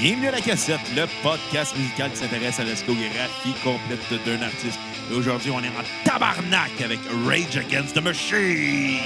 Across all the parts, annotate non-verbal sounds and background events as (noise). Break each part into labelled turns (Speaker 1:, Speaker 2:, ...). Speaker 1: Bienvenue à la cassette, le podcast musical qui s'intéresse à la discographie complète d'un artiste. Et aujourd'hui, on est en tabarnak avec Rage Against the Machine.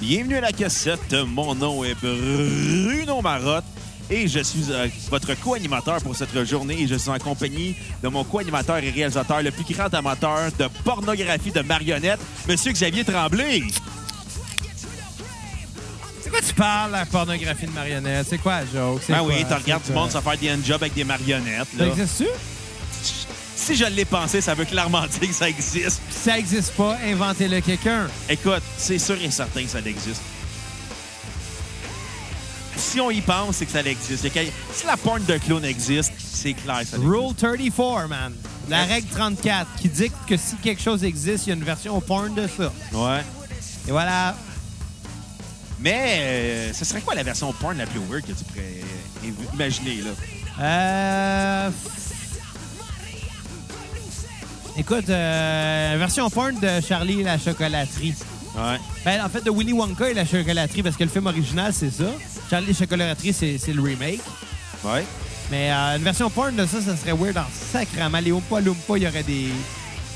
Speaker 1: Bienvenue à la cassette. Mon nom est Bruno Marotte et je suis euh, votre co-animateur pour cette journée et je suis en compagnie de mon co-animateur et réalisateur, le plus grand amateur de pornographie de marionnettes, Monsieur Xavier Tremblay.
Speaker 2: C'est quoi tu parles, la pornographie de marionnettes? C'est quoi la joke? C'est
Speaker 1: Ah
Speaker 2: quoi?
Speaker 1: oui, tu regardes
Speaker 2: C'est
Speaker 1: tout le
Speaker 2: quoi?
Speaker 1: monde se faire des handjobs avec des marionnettes.
Speaker 2: Ça
Speaker 1: là.
Speaker 2: existe-tu?
Speaker 1: Si je l'ai pensé, ça veut clairement dire que ça existe.
Speaker 2: Ça existe pas, inventez-le quelqu'un.
Speaker 1: Écoute, c'est sûr et certain que ça existe. Si on y pense, c'est que ça existe. Il y a qu'à- Si la porn de clown existe, c'est clair que ça existe.
Speaker 2: Rule 34, man. La
Speaker 1: Yes.
Speaker 2: règle 34 qui dit que si quelque chose existe, il y a une version porn de ça.
Speaker 1: Ouais.
Speaker 2: Et voilà.
Speaker 1: Mais euh, ce serait quoi la version porn la plus weird que tu pourrais euh, év- imaginer, là?
Speaker 2: Euh... Écoute, euh, version porn de Charlie et la chocolaterie.
Speaker 1: Ouais.
Speaker 2: Ben, en fait, de Willy Wonka et la chocolaterie, parce que le film original, c'est ça. Charlie et la chocolaterie, c'est c'est le remake.
Speaker 1: Ouais.
Speaker 2: Mais euh, une version porn de ça, ça serait weird en sacrament. Les Oompa Loompa, il y aurait des...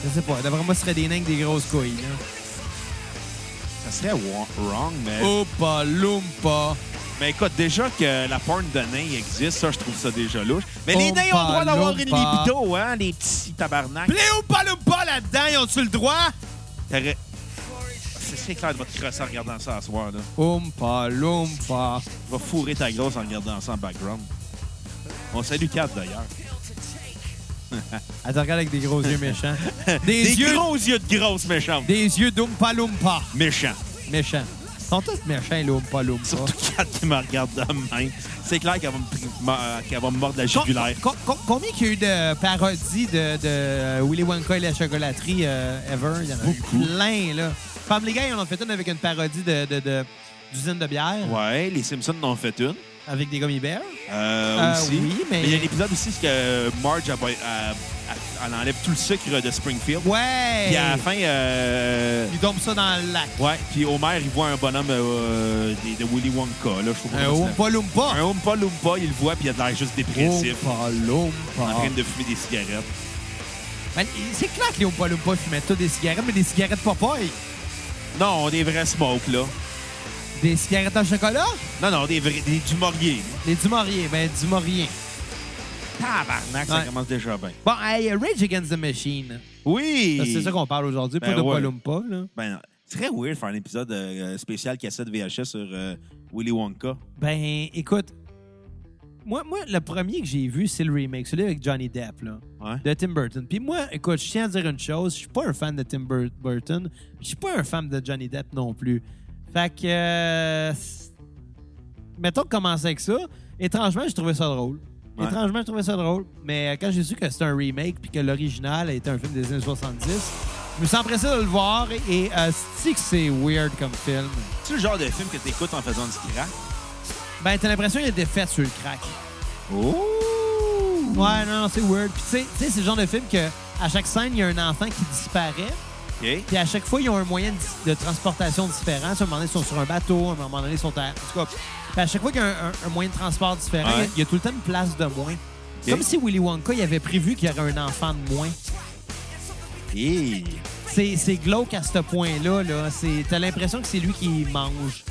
Speaker 2: Je sais pas. D'après moi, ce serait des nains avec des grosses couilles. Là.
Speaker 1: Ça serait wa- wrong, mais.
Speaker 2: Oh. Oompa Loompa.
Speaker 1: Mais écoute, déjà que la porn de nains existe, ça, je trouve ça déjà louche. Mais les nains ont le droit
Speaker 2: Oompa
Speaker 1: d'avoir une
Speaker 2: Loompa.
Speaker 1: libido, hein, les petits tabarnak.
Speaker 2: Pis les Oompa Loompa là-dedans, ils ont-tu le droit?
Speaker 1: T'aurais- C'est c'est clair de votre crosse en regardant ça à soir, là.
Speaker 2: Oompa Loompa.
Speaker 1: Tu vas fourrer ta grosse en regardant ça en background. On salue Kat, d'ailleurs.
Speaker 2: Elle te regarde avec des gros yeux méchants. (laughs) Des,
Speaker 1: Des
Speaker 2: yeux...
Speaker 1: gros yeux de grosse méchante.
Speaker 2: Des yeux d'Oompa Loompa.
Speaker 1: Méchant.
Speaker 2: Méchants. Ils sont tous méchants, les Oompa Loompa.
Speaker 1: Surtout (laughs) Kat qui me regarde de même. C'est clair qu'elle va, me pri- ma- euh, qu'elle va me mordre la
Speaker 2: Com-
Speaker 1: jugulaire.
Speaker 2: com- com- combien qu'il y a eu de parodies de, de Willy Wonka et la chocolaterie euh, ever? Il y en a
Speaker 1: Beaucoup.
Speaker 2: eu plein, là. Comme les gars, ils en ont fait une avec une parodie de, de, de- d'usine de bière
Speaker 1: Ouais, les Simpsons en ont fait une.
Speaker 2: avec des gummy bears.
Speaker 1: Euh,
Speaker 2: Euh,
Speaker 1: aussi.
Speaker 2: oui, mais-
Speaker 1: il y a l'épisode aussi c'est que Marge, elle, va- elle- elle- elle enlève tout le sucre de Springfield.
Speaker 2: Ouais!
Speaker 1: Puis à la fin, euh,
Speaker 2: Ils tombent ça dans le lac.
Speaker 1: ouais, puis Homer, il voit un bonhomme euh, des- de, Willy Wonka. Là, je sais pas
Speaker 2: Un
Speaker 1: comment ça
Speaker 2: Oompa Loompa.
Speaker 1: Un Oompa Loompa, il le voit, puis il a de l'air juste dépressif,
Speaker 2: Oompa
Speaker 1: en
Speaker 2: Loompa.
Speaker 1: train de fumer des cigarettes.
Speaker 2: Man, c'est clair que les Oompa Loompa fumaient tous des cigarettes, mais des cigarettes Popeye.
Speaker 1: Non, des vrais smokes, là.
Speaker 2: Des cigarettes en chocolat?
Speaker 1: Non, non, des vrais, des, du Maurier.
Speaker 2: Les Dumoriens, ben Dumoriens.
Speaker 1: Tabarnak,
Speaker 2: Ouais.
Speaker 1: ça commence déjà bien.
Speaker 2: Bon, hey, Rage Against the Machine.
Speaker 1: Oui!
Speaker 2: Parce que C'est ça qu'on parle aujourd'hui,
Speaker 1: Ben
Speaker 2: pas
Speaker 1: ouais.
Speaker 2: de Loompa Loompa, là.
Speaker 1: Ben, non. c'est très weird de faire un épisode euh, spécial cassette VHS sur euh, Willy Wonka.
Speaker 2: Ben, écoute, moi, moi le premier que j'ai vu, c'est le remake, celui avec Johnny Depp, là,
Speaker 1: Ouais.
Speaker 2: de Tim Burton. Puis moi, écoute, je tiens à dire une chose, je suis pas un fan de Tim Bur- Burton, je suis pas un fan de Johnny Depp non plus. Fait que, euh, c'est- mettons de commencer avec ça. Étrangement, j'ai trouvé ça drôle.
Speaker 1: Ouais.
Speaker 2: Étrangement, j'ai trouvé ça drôle. Mais euh, quand j'ai su que c'était un remake puis que l'original était un film des années 70, je me suis empressé de le voir et euh, c'est que c'est weird comme film.
Speaker 1: C'est le genre de film que t'écoutes en faisant du crack?
Speaker 2: Ben, t'as l'impression qu'il y a des fêtes sur le crack.
Speaker 1: Oh!
Speaker 2: Ouais, non, non, c'est weird. Puis tu sais- tu sais, c'est le genre de film que à chaque scène, il y a un enfant qui disparaît.
Speaker 1: OK.
Speaker 2: Puis à chaque fois, ils ont un moyen de, de transportation différent. Tu sais, À un moment donné, ils sont sur un bateau. À un moment donné, ils sont à... En tout cas, puis à chaque fois qu'il y a un, un- un moyen de transport différent, il y a-
Speaker 1: Ouais.
Speaker 2: il y, a tout le temps une place de moins. C'est Comme si Willy Wonka, il avait prévu qu'il y aurait un enfant de moins.
Speaker 1: Hey.
Speaker 2: C'est c'est glauque à ce point-là. Là. C'est- T'as l'impression que c'est lui qui mange.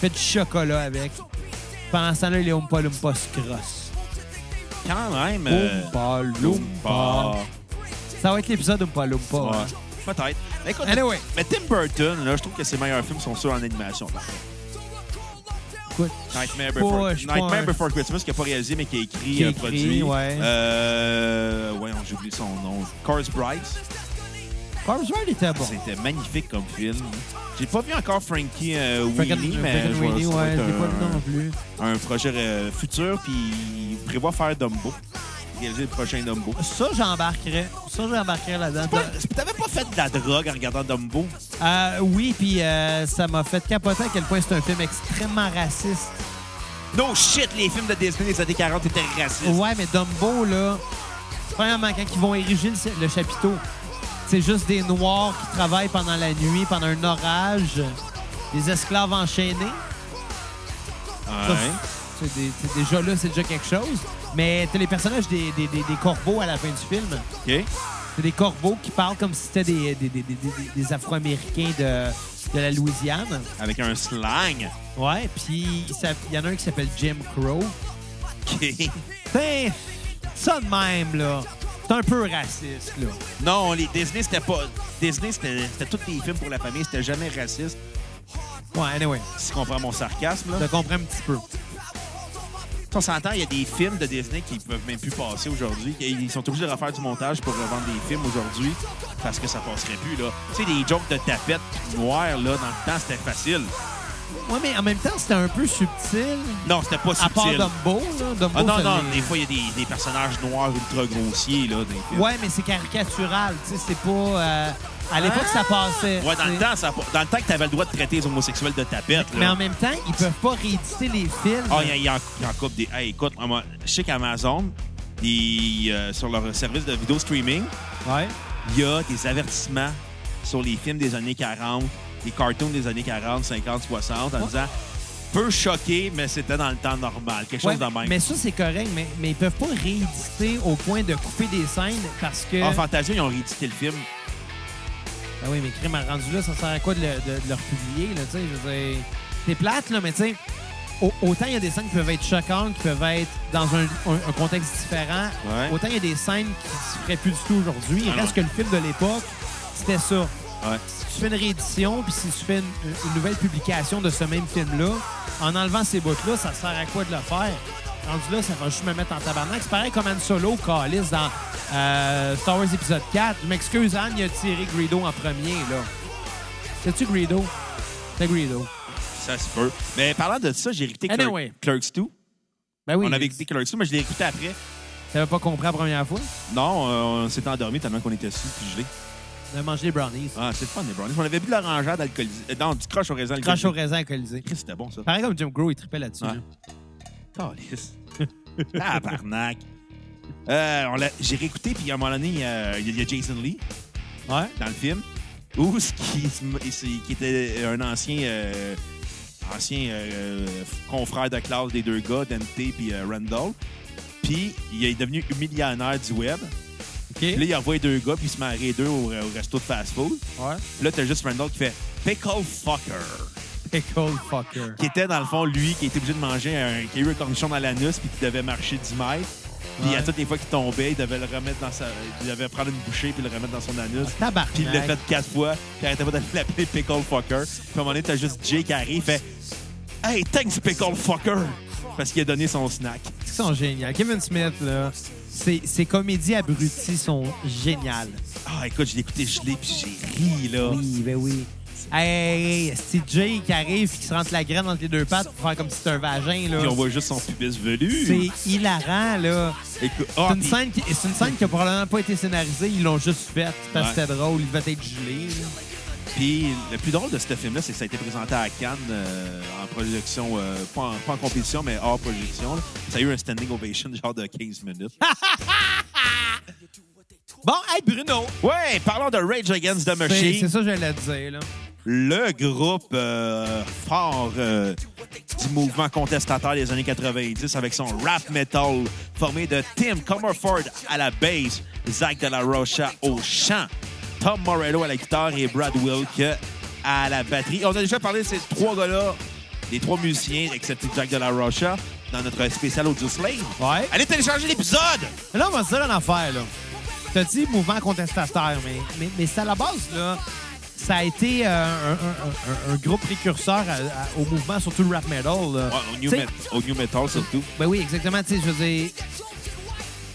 Speaker 2: Fait du chocolat avec. Pendant ce temps-là, il est Oompa Loompa se crosse.
Speaker 1: Quand même... euh,
Speaker 2: Oompa Loompa. Ça va être l'épisode Oompa Loompa.
Speaker 1: Ouais.
Speaker 2: hein.
Speaker 1: Peut-être. Mais Écoute,
Speaker 2: Anyway.
Speaker 1: mais Tim Burton, là, je trouve que ses meilleurs films sont ceux en animation. par contre.
Speaker 2: Écoute,
Speaker 1: Nightmare
Speaker 2: je suis
Speaker 1: Before,
Speaker 2: pas- je suis pas
Speaker 1: Nightmare
Speaker 2: un-
Speaker 1: Before Christmas, qui n'a pas réalisé, mais qui a écrit,
Speaker 2: Qui a
Speaker 1: euh,
Speaker 2: écrit,
Speaker 1: produit.
Speaker 2: ouais.
Speaker 1: Euh, voyons, j'ai oublié son nom. Cars Bright.
Speaker 2: Corpse Bride était bon.
Speaker 1: C'était magnifique comme film. J'ai pas vu encore Frankie euh,
Speaker 2: Frank and-
Speaker 1: Weenie,
Speaker 2: Frank
Speaker 1: mais
Speaker 2: and
Speaker 1: je vois
Speaker 2: Weenie,
Speaker 1: ça va
Speaker 2: ouais,
Speaker 1: être
Speaker 2: je l'ai pas vu
Speaker 1: un-
Speaker 2: non plus.
Speaker 1: un projet euh, futur, puis il prévoit faire Dumbo. Réaliser le prochain Dumbo.
Speaker 2: Ça, j'embarquerais. Ça, j'embarquerais là-dedans.
Speaker 1: Pas- T'avais pas fait de la drogue en regardant Dumbo?
Speaker 2: Euh, oui, puis euh, ça m'a fait capoter à quel point c'est un film extrêmement raciste.
Speaker 1: No shit, les films de Disney des années 40 étaient racistes.
Speaker 2: Ouais, mais Dumbo, là, premièrement, quand ils vont ériger le, le chapiteau, c'est juste des Noirs qui travaillent pendant la nuit, pendant un orage, des esclaves enchaînés. Ça, c'est- c'est des- c'est déjà là, c'est déjà quelque chose. Mais t'as les personnages des, des- des- des corbeaux à la fin du film.
Speaker 1: Ouais. OK.
Speaker 2: C'est des corbeaux qui parlent comme si c'était des, des- des- des- des- des Afro-Américains de, de la Louisiane.
Speaker 1: Avec un slang.
Speaker 2: Ouais, puis ça- il y en a un qui s'appelle Jim Crow.
Speaker 1: OK.
Speaker 2: C'est ça de même, là. C'est un peu raciste, là.
Speaker 1: Non, les Disney, c'était pas... Disney, c'était c'était tous des films pour la famille. C'était jamais raciste,
Speaker 2: Ouais, anyway,
Speaker 1: si tu comprends mon sarcasme.
Speaker 2: je
Speaker 1: Là.
Speaker 2: comprends un petit peu.
Speaker 1: On s'entend, il y a des films de Disney qui peuvent même plus passer aujourd'hui. Ils sont obligés de refaire du montage pour revendre des films aujourd'hui parce que ça passerait plus, là. Tu sais, des jokes de tapette noire, là, dans le temps, c'était facile.
Speaker 2: Ouais, mais en même temps, c'était un peu subtil.
Speaker 1: Non, c'était pas
Speaker 2: À part
Speaker 1: subtil.
Speaker 2: Dumbo, là. Dumbo,
Speaker 1: ah non,
Speaker 2: ça
Speaker 1: non,
Speaker 2: l'est.
Speaker 1: des fois, il y a des, des personnages noirs ultra grossiers, là, dans les films.
Speaker 2: Ouais, mais c'est caricatural, tu sais, c'est pas... euh, à l'époque, ça passait.
Speaker 1: Ah! Ouais, dans
Speaker 2: tu
Speaker 1: le
Speaker 2: sais.
Speaker 1: temps, ça, dans le temps que t'avais le droit de traiter les homosexuels de tapette,
Speaker 2: Mais en
Speaker 1: là.
Speaker 2: même temps, ils peuvent pas rééditer les films.
Speaker 1: Ah, il y a- il y, a- il y a encore des. Hey, écoute, moi, je sais qu'Amazon, ils, euh, sur leur service de vidéo streaming,
Speaker 2: Ouais.
Speaker 1: il y a des avertissements sur les films des années 40, les cartoons des années 40, 50, 60, en
Speaker 2: Ouais.
Speaker 1: disant peu choqué, mais c'était dans le temps normal, quelque
Speaker 2: Ouais,
Speaker 1: chose de même.
Speaker 2: Mais ça, c'est correct, mais, mais ils peuvent pas rééditer au point de couper des scènes parce que...
Speaker 1: En Fantasia, ils ont réédité le film.
Speaker 2: Ah oui, mais crime à rendu là, ça sert à quoi de, le- de- de le republier, là, tu sais, je veux dire... C'est plate, là, mais tu sais, au- autant il y a des scènes qui peuvent être choquantes, qui peuvent être dans un, un- un contexte différent,
Speaker 1: Ouais.
Speaker 2: autant il y a des scènes qui se feraient plus du tout aujourd'hui. Il
Speaker 1: Ah non.
Speaker 2: reste que le film de l'époque, c'était ça.
Speaker 1: Ouais.
Speaker 2: Si tu fais une réédition, puis si tu fais une, une nouvelle publication de ce même film-là, en enlevant ces bouts-là, ça sert à quoi de le faire? Rendu là, ça va juste me mettre en tabarnak. C'est pareil comme Han Solo, Calis, dans euh, Star Wars épisode 4. Je m'excuse, Anne, il a tiré Greedo en premier, là. C'est-tu Greedo? C'est Greedo.
Speaker 1: Ça se peut. Mais parlant de ça, j'ai écouté Clerk-
Speaker 2: Anyway.
Speaker 1: Clerks 2.
Speaker 2: Ben oui.
Speaker 1: On avait écouté Clerks 2, mais je l'ai écouté après.
Speaker 2: T'avais pas compris la première fois?
Speaker 1: Non, euh, on s'est endormi tellement qu'on était sous puis gelé.
Speaker 2: On a mangé des brownies.
Speaker 1: Ah, c'est le fun, les brownies. On avait bu de l'orangeade alcoolisée. euh, Non, du croche au raisin alcoolisé.
Speaker 2: Crash au raisin alcoolisé.
Speaker 1: Christ, C'était bon, ça.
Speaker 2: Pareil comme Jim Grow, il tripait là-dessus.
Speaker 1: Ouais.
Speaker 2: là.
Speaker 1: Calice. (laughs) Tabarnak. Euh, on l'a- J'ai réécouté, puis à un moment donné, euh, il y, a Jason Lee
Speaker 2: Ouais.
Speaker 1: dans le film, où ce qui, se m- c'est- qui était un ancien, euh, ancien euh, confrère de classe des deux gars, Dante puis euh, Randall. Puis il est devenu millionnaire du web. Puis Là, il envoie les deux gars, puis il se marie les deux au, au resto de fast-food.
Speaker 2: Ouais.
Speaker 1: Là, t'as juste Randall qui fait Pickle Fucker.
Speaker 2: Pickle fucker.
Speaker 1: Qui était, dans le fond, lui, qui était obligé de manger un. qui a eu un cornichon dans l'anus, puis qui devait marcher 10 mètres. Puis
Speaker 2: Ouais.
Speaker 1: à toutes les fois qu'il tombait, il devait le remettre dans sa. Il devait prendre une bouchée, puis le remettre dans son anus.
Speaker 2: Ah, Tabarnak.
Speaker 1: Puis il l'a fait quatre fois, puis il arrêtait pas d'aller l'appeler Pickle Fucker. Puis à un moment donné, t'as juste Jay qui arrive, fait Hey, thanks Pickle Fucker! Parce qu'il a donné son snack.
Speaker 2: Ils sont géniaux. Kevin Smith, là, ses, ses comédies abruties sont géniales.
Speaker 1: Ah, écoute, je l'ai écouté gelé, puis j'ai ri, là.
Speaker 2: Oui, ben oui. Hey, c'est Jay qui arrive et qui se rentre la graine entre les deux pattes pour faire comme si c'était un vagin,
Speaker 1: Puis on
Speaker 2: là.
Speaker 1: voit juste son pubis velu.
Speaker 2: C'est hilarant, là.
Speaker 1: Écoute, ah,
Speaker 2: C'est une,
Speaker 1: puis-
Speaker 2: scène qui, c'est une scène qui a probablement pas été scénarisée. Ils l'ont juste faite parce que
Speaker 1: Ouais.
Speaker 2: c'était drôle. Ils devaient être gelés. là.
Speaker 1: Puis le plus drôle de ce film-là, c'est que ça a été présenté à Cannes euh, en projection, euh, pas, en, pas en compétition, mais hors projection. là. Ça a eu un standing ovation (laughs) genre de 15 minutes.
Speaker 2: (laughs) Bon, hey, Bruno!
Speaker 1: ouais, parlons de Rage Against the
Speaker 2: C'est,
Speaker 1: Machine,
Speaker 2: c'est ça que j'allais te dire, là.
Speaker 1: le groupe euh, fort euh, du mouvement contestataire des années 90 avec son rap metal formé de Tim Comerford à la bass, Zach de la Rocha au chant, Tom Morello à la guitare et Brad Wilk à la batterie. On a déjà parlé de ces trois gars-là, les trois musiciens, excepté Zach de la Rocha, dans notre spécial Audio Slave.
Speaker 2: Ouais.
Speaker 1: Allez télécharger l'épisode!
Speaker 2: Mais Là, on va se dire une affaire, là. T'as dit mouvement contestataire, mais, mais, mais c'est à la base, là. Ça a été euh, un, un- un- un gros précurseur à- à- au mouvement, surtout le rap metal. là.
Speaker 1: Ouais, au, new
Speaker 2: T'sais,
Speaker 1: met- au new metal surtout.
Speaker 2: Ben oui, exactement. Tu sais, je veux dire,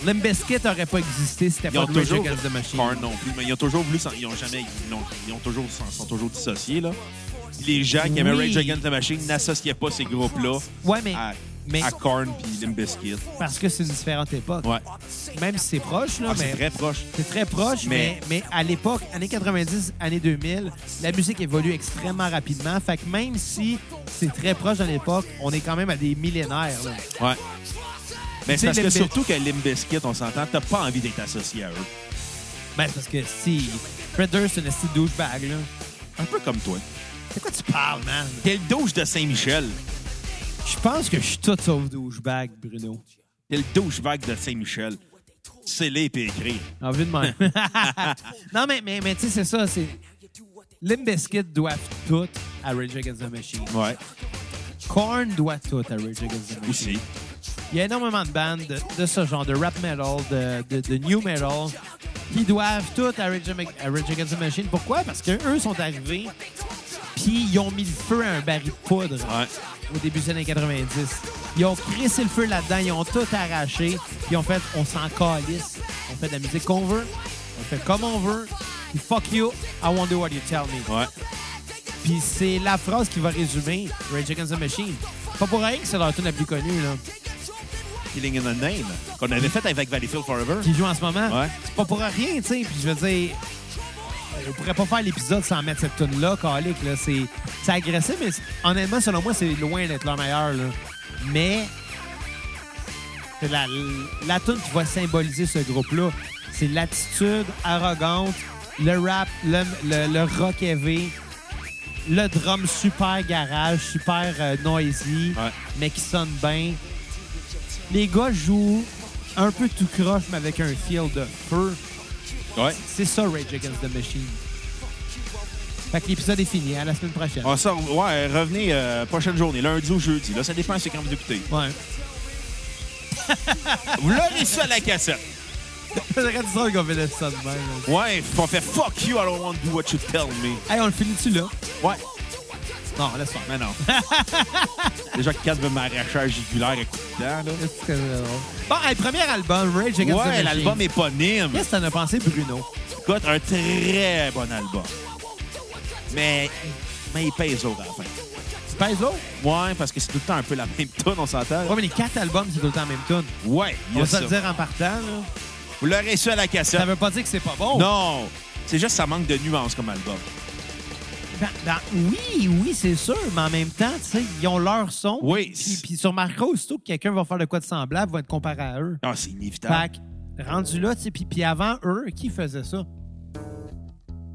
Speaker 2: Limp Bizkit aurait pas existé si c'était
Speaker 1: Ils
Speaker 2: pas
Speaker 1: ont
Speaker 2: de Rage
Speaker 1: toujours
Speaker 2: Against the Machine.
Speaker 1: Korn non plus, mais ils ont toujours voulu, s'en- ils ont jamais, ils ont, ils ont toujours, s'en- sont toujours dissociés là. Puis Les gens qui aimaient
Speaker 2: Oui.
Speaker 1: Rage Against the Machine n'associaient pas ces groupes-là
Speaker 2: Ouais, mais,
Speaker 1: à,
Speaker 2: mais
Speaker 1: à Korn puis Limp Bizkit.
Speaker 2: parce que c'est différentes époques.
Speaker 1: Ouais,
Speaker 2: Même si c'est proche, là,
Speaker 1: Ah,
Speaker 2: mais
Speaker 1: c'est très proche.
Speaker 2: c'est très proche, mais,
Speaker 1: Mais-
Speaker 2: mais à l'époque, années 90, années 2000, la musique évolue extrêmement rapidement. Fait que même si c'est très proche de l'époque, on est quand même à des millénaires. là.
Speaker 1: Ouais. Mais
Speaker 2: Tu
Speaker 1: c'est
Speaker 2: sais,
Speaker 1: parce que
Speaker 2: Limp Biz-
Speaker 1: surtout que Limp Bizkit, on s'entend, t'as pas envie d'être associé à eux.
Speaker 2: Ben, c'est parce que si. Predator, c'est une petite douchebag, là.
Speaker 1: Un peu comme toi.
Speaker 2: De quoi tu parles, man?
Speaker 1: T'es le douche de Saint-Michel.
Speaker 2: Je pense que je suis tout sauf douchebag, Bruno.
Speaker 1: T'es le douchebag de Saint-Michel. C'est les et écrit.
Speaker 2: En vue Ah, de (laughs) même. non, mais, mais, mais tu sais, c'est ça. c'est Limp Bizkit doit tout à Rage Against the Machine.
Speaker 1: Ouais,
Speaker 2: Korn doit tout à Rage Against the Machine.
Speaker 1: aussi.
Speaker 2: Il y a énormément de bandes de, de ce genre, de rap metal, de, de, de new metal, qui doivent tout à Rage, Ama- à Rage Against the Machine. Pourquoi? Parce qu'eux sont arrivés, puis ils ont mis le feu à un baril de poudre
Speaker 1: Ouais.
Speaker 2: au début des années 90. Ils ont crissé le feu là-dedans, ils ont tout arraché, puis ils ont fait on s'en calisse, on fait de la musique qu'on veut, on fait comme on veut, puis fuck you, I won't do what you tell me.
Speaker 1: Ouais.
Speaker 2: Puis c'est la phrase qui va résumer Rage Against the Machine. Pas pour rien que c'est leur tune la plus connue, là.
Speaker 1: Killing in the Name, qu'on avait fait avec Valleyfield Forever.
Speaker 2: qui joue en ce moment.
Speaker 1: Ouais.
Speaker 2: C'est pas pour rien, tu sais. Puis je veux dire, on pourrait pas faire l'épisode sans mettre cette tune-là, calique, là. C'est c'est agressif, mais c'est- honnêtement, selon moi, c'est loin d'être leur meilleur, là. Mais c'est la, la tune qui va symboliser ce groupe-là. C'est l'attitude arrogante, le rap, le, le- le rock heavy, le drum super garage, super euh, noisy
Speaker 1: Ouais.
Speaker 2: mais qui sonne bien. Les gars jouent un peu tout croche, mais avec un feel de feu.
Speaker 1: Ouais.
Speaker 2: C'est ça, Rage Against the Machine. Fait que l'épisode est fini. À la semaine prochaine.
Speaker 1: Ah, On sort, ouais, revenez euh, prochaine journée, lundi ou jeudi. Là, ça dépend c'est quand vous écoutez.
Speaker 2: (laughs) Ouais.
Speaker 1: Vous l'aurez ça à la cassette.
Speaker 2: Ça serait drôle qu'on faisait ça de même. là.
Speaker 1: Ouais, on fait fuck you, I don't want to do what you tell me.
Speaker 2: Hey, on le finit-tu là?
Speaker 1: Ouais,
Speaker 2: Non, laisse faire.
Speaker 1: mais non. (laughs) Déjà que Kat veut m'arracher jugulaire à coups de dents, là.
Speaker 2: Qu'est-ce que c'est drôle? Bon, hey, premier album, Rage Against the Machine.
Speaker 1: Ouais, l'album éponyme.
Speaker 2: Qu'est-ce que t'en as pensé, Bruno?
Speaker 1: Écoute, un très bon album. Mais, mais il pèse lourd à la fin.
Speaker 2: Tu pèses l'autre?
Speaker 1: Ouais, parce que c'est tout le temps un peu la même tune, on s'entend.
Speaker 2: Ouais, mais les quatre albums, c'est tout le temps la même tune.
Speaker 1: Ouais, il
Speaker 2: On
Speaker 1: y a
Speaker 2: va se
Speaker 1: ça.
Speaker 2: le dire en partant, là.
Speaker 1: Vous l'aurez su à la cassette.
Speaker 2: Ça veut pas dire que c'est pas bon.
Speaker 1: Non, c'est juste que ça manque de nuances comme album.
Speaker 2: Ben- ben, oui, oui, c'est sûr, mais en même temps, tu sais, ils ont leur son.
Speaker 1: Oui.
Speaker 2: Puis, puis sur Marco, aussitôt que quelqu'un va faire de quoi de semblable, va être comparé à eux.
Speaker 1: Ah, c'est inévitable.
Speaker 2: Fait que, rendu là, tu sais, puis, puis avant eux, qui faisait ça?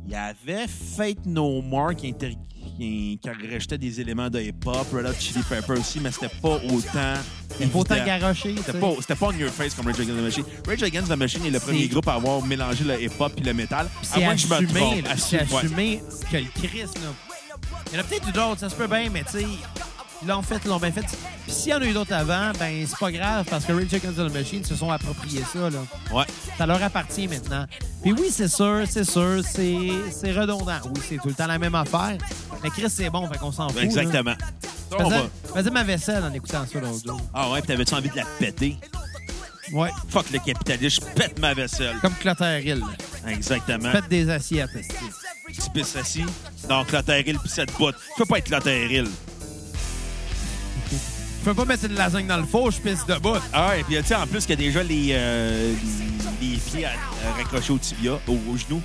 Speaker 1: Il y avait Fate No More qui, inter- qui- qui rajoutait des éléments de hip-hop, Red Hot Chili Pepper aussi, mais c'était pas autant.
Speaker 2: Il faut tant
Speaker 1: évident.
Speaker 2: garocher, tu sais.
Speaker 1: C'était pas, c'était pas on your face comme Rage Against the Machine. Rage Against the Machine est le
Speaker 2: C'est-
Speaker 1: premier groupe à avoir mélangé le hip-hop et le métal.
Speaker 2: Puis
Speaker 1: À
Speaker 2: C'est
Speaker 1: moins que Ah, je me
Speaker 2: assumé,
Speaker 1: trompe.
Speaker 2: là, c'est
Speaker 1: Assume- ouais.
Speaker 2: assumé que le Chris, là. Il y en a peut-être eu d'autres, ça se peut bien, mais tu sais, ils l'ont fait, ils l'ont bien fait. Puis s'il y en a eu d'autres avant, ben c'est pas grave, parce que Rage Against the Machine se sont appropriés ça, là.
Speaker 1: Ouais.
Speaker 2: Ça leur appartient maintenant. Puis oui, c'est sûr, c'est sûr, c'est c'est redondant. Oui, c'est tout le temps la même affaire. Mais Chris, c'est bon, fait qu'on s'en fout. là.
Speaker 1: Exactement. On
Speaker 2: Faisais,
Speaker 1: va-
Speaker 2: faisais ma vaisselle en écoutant ça l'autre jour.
Speaker 1: Ah ouais, puis t'avais-tu envie de la péter?
Speaker 2: Ouais.
Speaker 1: Fuck le capitalisme, je pète ma vaisselle.
Speaker 2: Comme Clotaire Hill.
Speaker 1: Exactement.
Speaker 2: Faites des assiettes. esti.
Speaker 1: Tu pisses assis. Non, Clotairil pis cette botte. Tu peux pas être Clotairil.
Speaker 2: Je peux pas mettre de lasagne dans le four, je pisse debout.
Speaker 1: Ah, et puis tu sais, en plus, qu'il y a déjà les, euh, les pieds à- à raccrochés au tibia, au, au genou,